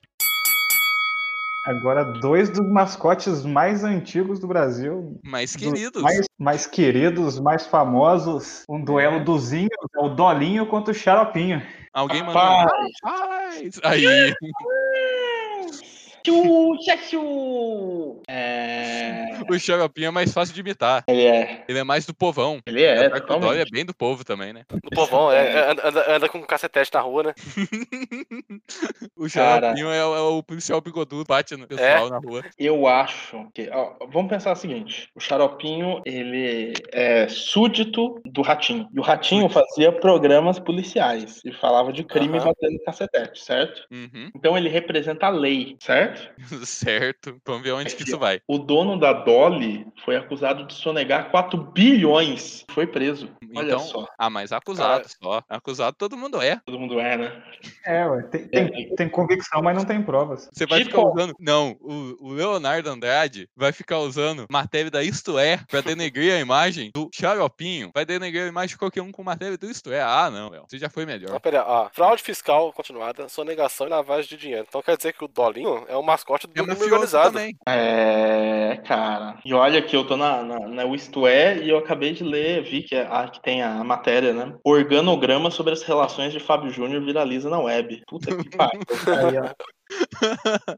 Agora, dois dos mascotes mais antigos do Brasil.
Mas,
dos
queridos,
Mais, mais queridos, mais famosos. Um duelo dos Zinhos, é o Dolinho contra o Xaropinho.
alguém mandou... um
Rapaz.
Rapaz! Aí, um-
Xuxa, Xuxa.
É.
o Xaropinho é mais fácil de imitar,
Ele é.
ele é mais do povão.
Ele é,
Apesar que o Dória é
totalmente.
bem do povo também, né?
No povão, é, é, anda, anda, anda com um cacetete na rua, né?
O
Cara. É?
Xaropinho é, o- é o policial bigodudo, bate no pessoal na rua.
Eu acho que. ó, vamos pensar o seguinte: o Xaropinho, ele é súdito do Ratinho. E o Ratinho fazia programas policiais e falava de crime
Aham.
batendo cacetete, certo?
Uhum,
Então ele representa a lei, certo?
certo, vamos ver
É
onde que isso vai.
O dono da Dolly foi acusado de sonegar 4 bilhões. Foi preso. Olha
Então-
só,
Ah, mas acusado
Cara.
só, acusado todo mundo é.
todo mundo é, né?
É, ué, tem, tem, tem convicção, mas não tem provas.
Você vai
Tipo-
ficar usando. Não, o, o Leonardo Andrade vai ficar usando matéria da Isto É pra denegrir a imagem do Xaropinho. Vai denegrir a imagem de qualquer um com matéria do Isto É. Ah, não, Léo. Você já foi
Então,
melhor.
pera, ó. Fraude fiscal continuada, sonegação e lavagem de dinheiro. Então quer dizer que o Dolinho é o mascote do
É
crime
mafioso
organizado.
também.
É, cara. E olha que eu tô na, na, na Isto É e eu acabei de ler, vi que, é- ah, que tem a matéria, né? Organograma sobre as relações de Fábio Júnior viraliza na web. Puta que pariu.
Aí,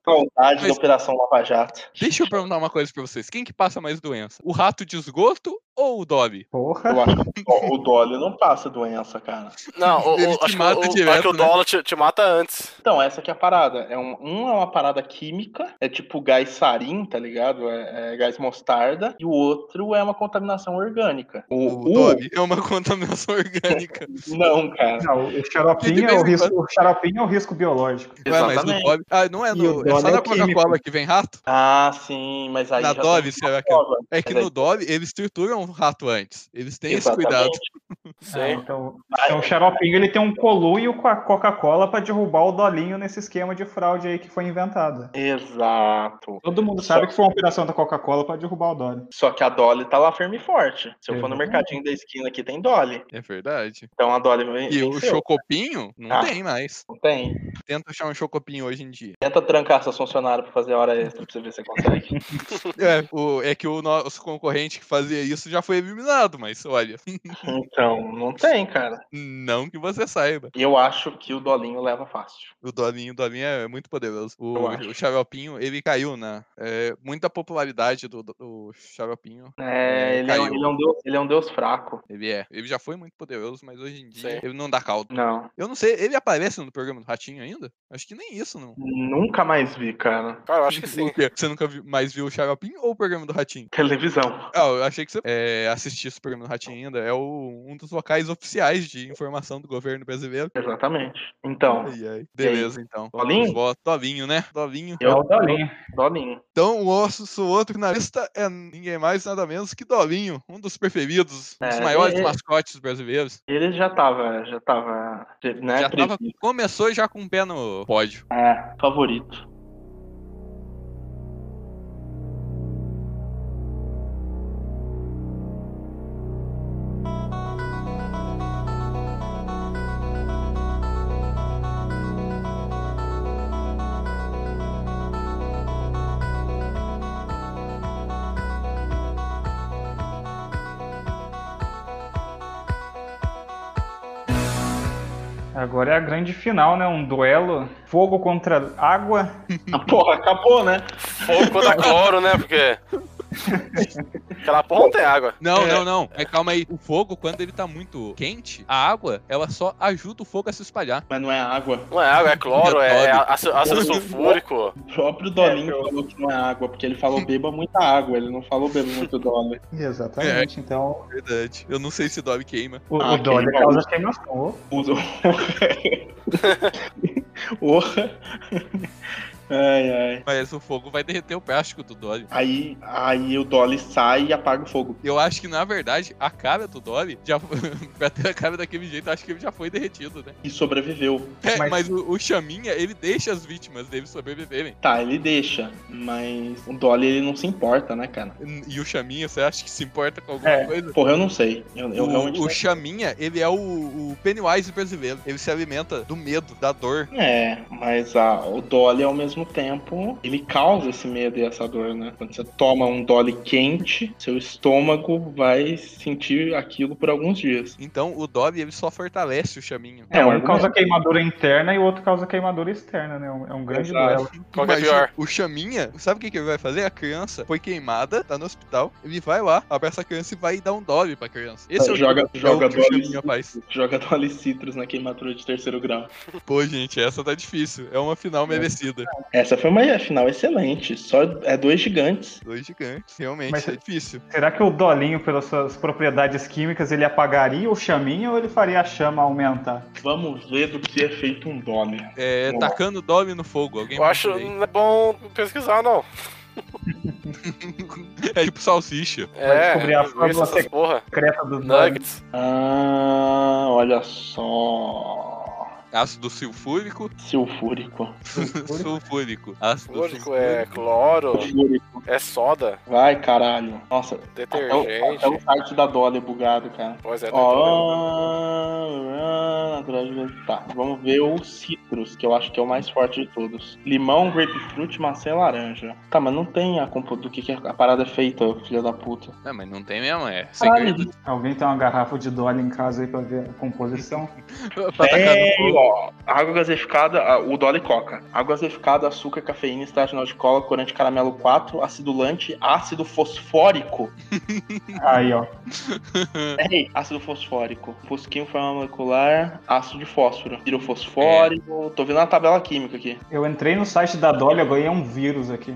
ó,
Saudade
Mas-
da Operação Lava Jato.
Deixa eu perguntar uma coisa pra vocês. Quem que passa mais doença? O rato de esgoto ou o Dobby?
Porra.
Eu acho que ó, o Dolly não passa doença, cara.
Não, o,
Ele
o-
te
acho
mata
que o, o,
direto,
acho que o
né?
dólar te, te mata antes.
Então, essa aqui é a parada. É um, um é uma parada química, é tipo gás sarin, tá ligado? É, é gás mostarda. E o outro é uma contaminação orgânica. O,
O
o-
Dobby é uma contaminação orgânica.
Não, cara.
Não, o
E de
xaropinho,
vez
é o,
em
risco, o xaropinho é o risco biológico.
Ué, mas no
Exatamente.
Dobby. Ah, não é
E
no.
o
É só
Dobby
na
é
Coca-Cola que vem rato?
Ah, sim, mas aí.
Na
já
Dolly,
tá-
será que é?
prova.
É que
Mas
no Dobby eles trituram o rato antes. Eles têm
Exatamente.
esse cuidado.
Ah,
Sim.
então, então o xaropinho ele tem um coluio com a Coca-Cola pra derrubar o dolinho nesse esquema de fraude aí que foi inventado.
Exato.
Todo mundo sabe que foi uma operação da Coca-Cola pra derrubar o Dolly.
Só que a Dolly tá lá firme e forte. Se eu for no
Exatamente.
mercadinho da esquina aqui, tem Dolly.
É verdade.
Então a Dolly vem.
E o
venceu.
Chocopinho não
Ah.
tem mais.
Não tem.
Tenta achar um Chocopinho hoje em dia.
Tenta trancar seus funcionários pra fazer hora extra pra você ver se você consegue.
É, o- é que o nosso concorrente que fazia isso já foi eliminado, mas olha,
então, não tem, cara.
não que você saiba.
E eu acho que o Dolinho leva fácil.
O Dolinho, o Dolinho é muito poderoso. O,
Eu acho.
o Xaropinho, ele caiu, né? É, muita popularidade do, do, do Xaropinho.
É, ele, é, um-
Caiu.
ele é um deus, ele é um deus fraco.
Ele é. Ele já foi muito poderoso, mas hoje em dia
Sim.
ele não dá caldo.
Não.
Eu não sei, ele aparece no programa do Ratinho ainda? Acho que nem isso, não.
Nunca mais vi, cara.
Cara, eu acho que sim.
assim.
O quê? Você nunca vi- mais viu o Xaropinho ou o programa do Ratinho?
Televisão.
Ah, eu achei que você é, assistisse o programa do Ratinho ainda. É o- um dos locais oficiais de informação do governo brasileiro.
Exatamente. Então,
Ai, ai. Beleza, então.
Dolinho?
Os votos. Dolinho, né? Dolinho.
Eu-
é o Dolinho.
Dolinho.
Então, o osso, o outro na lista é ninguém mais, nada menos que Dolinho. Um dos preferidos, um dos
É,
maiores
é, é.
mascotes brasileiros.
Ele já tava, já tava, né,
já tava,
previsto.
começou já com o pé no pódio.
É, favorito.
Agora é a grande final, né? Um duelo fogo contra água.
Ah, porra, acabou, né?
Fogo contra cloro, né? Porque. Aquela porra não tem água.
Não,
É.
não, não. Mas calma aí. O fogo, quando ele tá muito quente, a água, ela só ajuda o fogo a se espalhar.
Mas não é água.
Não é água, é cloro, é, é ácido ácido sulfúrico.
O próprio
É,
Dolinho
eu-
falou que não é água, porque ele falou beba muita água, ele não falou beba muito Dolly.
Exatamente. Então
Verdade. Eu não sei se Dobby queima.
o,
Ah,
o Dolly
ok.
causa queimação.
Usou. Porra. Ai, ai.
Mas o fogo vai derreter o plástico do Dolly.
Aí, aí o Dolly sai e apaga o fogo.
Eu acho que, na verdade, a cara do Dolly, já... pra ter a cara daquele jeito, acho que ele já foi derretido, né?
E sobreviveu.
É, mas
Mas-
o, o Chaminha, ele deixa as vítimas dele sobreviverem.
Tá, ele deixa, mas o Dolly ele não se importa, né, cara?
E o Chaminha, você acha que se importa com alguma
É.
coisa?
Porra, eu não sei. Eu, eu É um realmente
o, o Chaminha, ele é o, o Pennywise brasileiro. Ele se alimenta do medo, da dor.
não É, mas a- o Dolly ao mesmo tempo, ele causa esse medo e essa dor, né? Quando você toma um Dolly quente, seu estômago vai sentir aquilo por alguns dias.
Então, o Dolly, ele só fortalece o Chaminha.
É,
É, um
argumento.
causa queimadura interna e o outro causa queimadura externa, né? É um- É um grande
Exato.
duelo.
Qual que é
Imagina,
pior?
O Chaminha, sabe o que, que ele vai fazer? A criança foi queimada, tá no hospital, ele vai lá, abraça a criança e vai dar um Dolly pra criança. Esse é o
joga,
é o
joga,
que o
Dolly,
Chaminha faz.
joga Dolly Citrus na queimadura de terceiro grau.
Pô, gente, essa tá difícil. É uma final merecida.
Essa foi uma é, final excelente. Só é dois gigantes.
Dois gigantes. Realmente,
Mas-
é difícil.
Será que o Dolinho, pelas suas propriedades químicas, ele apagaria o chaminho ou ele faria a chama aumentar?
Vamos ver do que é feito um Dolly.
É,
Vamos lá.
tacando Dolly no fogo. Alguém
Eu acho
manda aí.
não é bom pesquisar, não.
É tipo salsicha.
É,
descobrir a
linguiça,
fórmula
essas porra.
Secreta do Dolly.
Nuggets.
Ah, olha só.
Ácido sulfúrico.
Silfúrico.
sulfúrico. Ácido
Fúrico é cloro,
Silfúrico.
é soda,
Vai, caralho. Nossa, até o, até o é
detergente. É,
site da Dolly é bugado, cara.
Pois é,
Ó, ah, verdade. Tá, vamos ver o citrus, que eu acho que é o mais forte de todos. Limão, grapefruit, maçã e laranja. Tá, mas não tem a compo do que, que a parada é feita, filha da puta.
Ah,
Não, mas não tem mesmo, é
Caralho.
segredo.
Alguém tem uma garrafa de Dolly em casa aí pra ver a composição?
pra tacar
É.
no
Tem,
tá fogo.
ó, água gaseificada, ah, o Dolly Coca. Água gaseificada, açúcar, cafeína, extrato de cola, corante de caramelo 4, acidulante, ácido fosfórico.
Aí, ó.
Ei, É, ácido fosfórico. Fosquinho, forma molecular, ácido de fósforo. Pirofosfórico. Tô vendo a tabela química aqui.
Eu entrei no site da Dolly, eu ganhei um vírus aqui.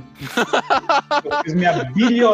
Eu fiz minha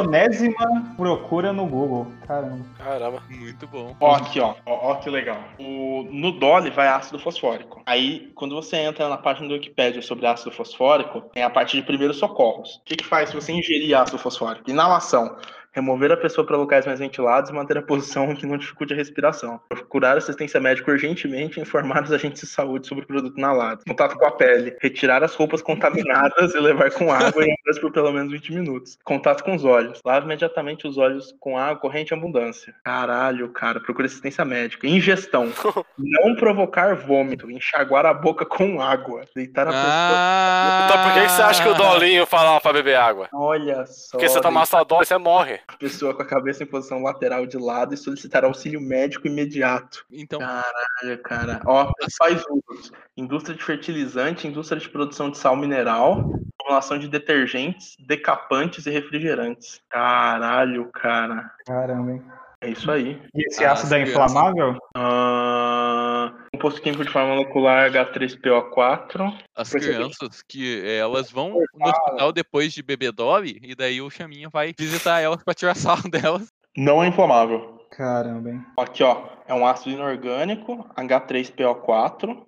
bilionésima procura no Google. Caramba.
Caramba.
Muito bom.
Ó, aqui, ó. Ó, ó que legal. O, no Dolly vai ácido fosfórico. Aí, quando você entra na página do Wikipedia sobre ácido fosfórico, tem a parte de primeiros socorros. O que, que faz se você ingerir ácido fosfórico? Inalação. Remover a pessoa para locais mais ventilados e manter a posição que não dificulte a respiração. Procurar assistência médica urgentemente e informar os agentes de saúde sobre o produto inalado. Contato com a pele. Retirar as roupas contaminadas e levar com água e apenas por pelo menos 20 minutos. Contato com os olhos. Lave imediatamente os olhos com água corrente em abundância. Caralho, cara. Procure assistência médica. Ingestão. Não provocar vômito. Enxaguar a boca com água. Deitar a pessoa.
Ah,
Então por que, que você acha que o Dolinho falava pra beber água?
Olha só.
Porque se você tomar só Dolly, você morre.
A pessoa com a cabeça em posição lateral de lado e solicitar auxílio médico imediato.
Então,
Caralho, cara. Ó, principais usos: indústria de fertilizante, indústria de produção de sal mineral, formulação de detergentes, decapantes e refrigerantes. Caralho, cara.
Caramba, hein?
É isso aí.
E esse
Ah,
ácido é
esse
inflamável?
Ah, composto químico de forma molecular H3PO4.
as
Porque-
crianças que eh, elas vão no hospital depois de beber Dolly, e daí o Chaminha vai visitar elas pra tirar sarro delas.
Não é inflamável.
Caramba, hein?
Aqui, ó. É um ácido inorgânico, H3PO4.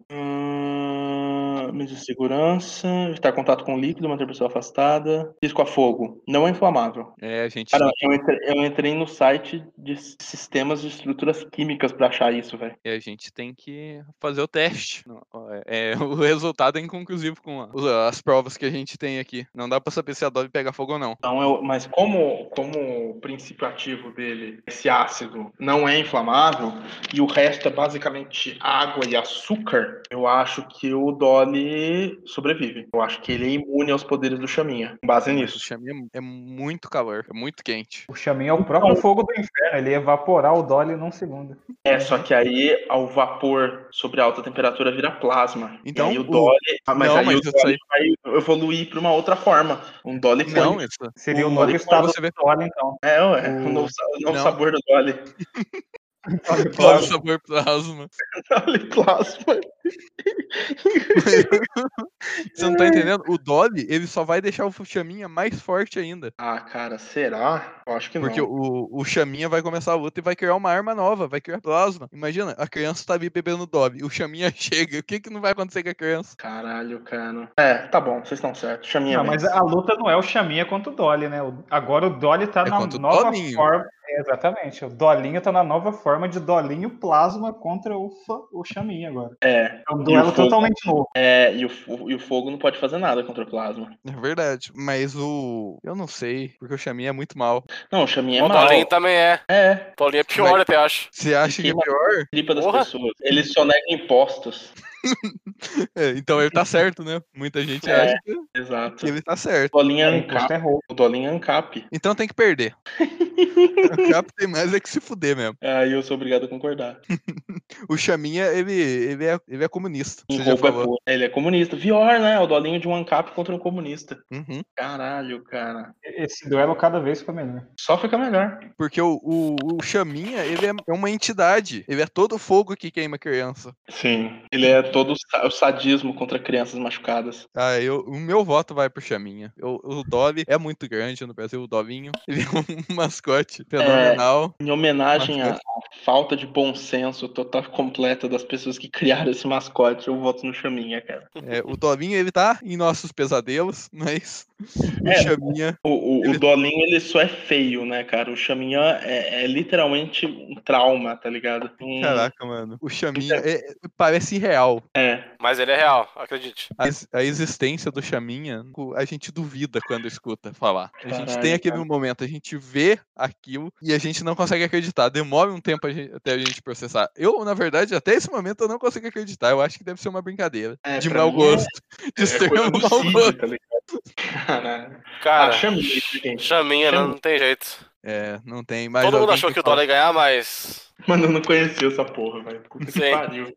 Hum, Medidas de segurança, evitar contato com líquido, manter a pessoa afastada. Risco a fogo, não é inflamável.
É, a gente.
Cara, eu entrei, eu entrei no site de sistemas de estruturas químicas pra achar isso, velho.
E é, a gente tem que fazer o teste. Não, ó, é- é, o resultado é inconclusivo com a- os- as provas que a gente tem aqui. Não dá pra saber se a Dolly pega fogo ou não.
Então eu, mas como, como o princípio ativo dele, esse ácido, não é inflamável e o resto é basicamente água e açúcar, eu acho que o Dolly sobrevive. Eu acho que ele é imune aos poderes do Chaminha, com base
Mas o
nisso.
Chaminha é muito calor, é muito quente.
O chaminho é o próprio fogo do inferno. Ele ia evaporar o Dolly num segundo.
É, só que aí ao vapor sobre alta temperatura vira plasma. E
Então,
aí o
o-
Dolly, Ah, mas
não,
aí
mas
o
isso
Dolly
aí.
vai evoluir pra uma outra forma, um Dolly
Não,
punk.
isso.
Seria o,
O
novo
Dolly,
estado
você vê-
do Dolly, então.
É, ué,
O-
o novo, sa- o novo
Não.
sabor do Dolly.
Dolly
Claro,
Plasma.
sabor é plasma.
Dolly Plasma.
Você
É.
não tá entendendo? O Dolly, ele só vai deixar o Chaminha mais forte ainda.
Ah, cara, será? Eu acho que
Porque
não.
o, o Chaminha vai começar a luta e vai criar uma arma nova, vai criar plasma. Imagina, a criança tá ali bebendo Dolly, o Chaminha chega. O que que não vai acontecer com a criança?
Caralho, cara. É, tá bom, vocês estão certos. Chaminha
Não, mas
mesmo.
a luta não é o chaminha contra o Dolly, né? O- Agora o Dolly tá
É
na
contra o
nova
Dolinho.
forma. É, exatamente. O Dolinho tá na nova forma de Dolinho Plasma contra o, fa- o chaminha agora.
É,
É um
E
duelo
o fogo.
totalmente novo.
é e, o, fo- e o fogo não pode fazer nada contra o plasma.
É verdade, mas o. Eu não sei, porque o Chaminha é muito mal.
Não, o chaminha é
o
mal.
Dolinho também é.
É,
O Dolinho é pior, até acho.
Você acha que é
queima-
pior?
tripa das
Porra.
pessoas. Ele só nega impostos.
É, então ele tá certo, né? Muita gente
É.
acha que
Exato.
ele tá certo.
O Dolinho é
Imposto
ANCAP.
é roubo.
O Dolinho é ANCAP.
Então tem que perder. o Cap tem mais é que se fuder mesmo.
Aí eu sou obrigado a concordar.
O Chaminha, ele, ele, é, ele é comunista.
Um
Você já
roubo é
falou.
porra. Ele é comunista. Pior, né? O Dolinho de um ANCAP contra um comunista.
Uhum.
Caralho, cara.
Esse duelo cada vez fica melhor.
Só fica melhor.
Porque o, o, o Chaminha, ele é é uma entidade. Ele é todo fogo que queima criança.
Sim, ele é todo o sa- o sadismo contra crianças machucadas.
Ah, eu, o meu voto vai pro Chaminha. Eu- o Dolly é muito grande no Brasil, o Dolinho. Ele é um mascote fenomenal.
Em homenagem à, à falta de bom senso total completa das pessoas que criaram esse mascote, eu voto no Chaminha, cara.
É, o Dolinho, ele tá em nossos pesadelos, mas O
É.
Chaminha.
O, o,
Ele-
o Dolinho, ele só é feio, né, cara? O Chaminha é, é literalmente um trauma, tá ligado? Um-
Caraca, mano. O Chaminha é- é- parece irreal.
É.
Mas ele é real, acredite.
A, ex- a existência do Chaminha, o- a gente duvida quando escuta falar. A gente
Caralho,
tem aquele
cara.
momento, a gente vê aquilo e a gente não consegue acreditar. Demora um tempo a gen- até a gente processar. Eu, na verdade, até esse momento eu não consigo acreditar. Eu acho que deve ser uma brincadeira.
É,
de
pra
mau
mim é-
gosto. De
É
extremo
coisa do
mau
Cid,
gosto.
tá ligado? Caralho.
Cara,
Ah, Chaminha, gente. Chaminha.
chaminha, não, não tem jeito.
É, não tem mais.
Todo mundo
alguém
achou que o é
fala.
Dólar ia ganhar, mas.
Mano, eu não conheci essa porra, velho. Puta que
Sim.
pariu.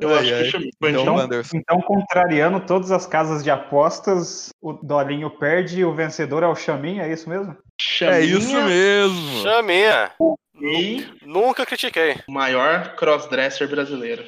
Eu
Ai,
acho que
ai.
o Chaminha.
Então,
Então,
Anderson,
Então, contrariando todas as casas de apostas, o Dolinho perde e o vencedor é o Chaminha, é isso mesmo?
é isso
Chaminha,
mesmo.
Chaminha!
e
Nunca critiquei.
o maior crossdresser brasileiro.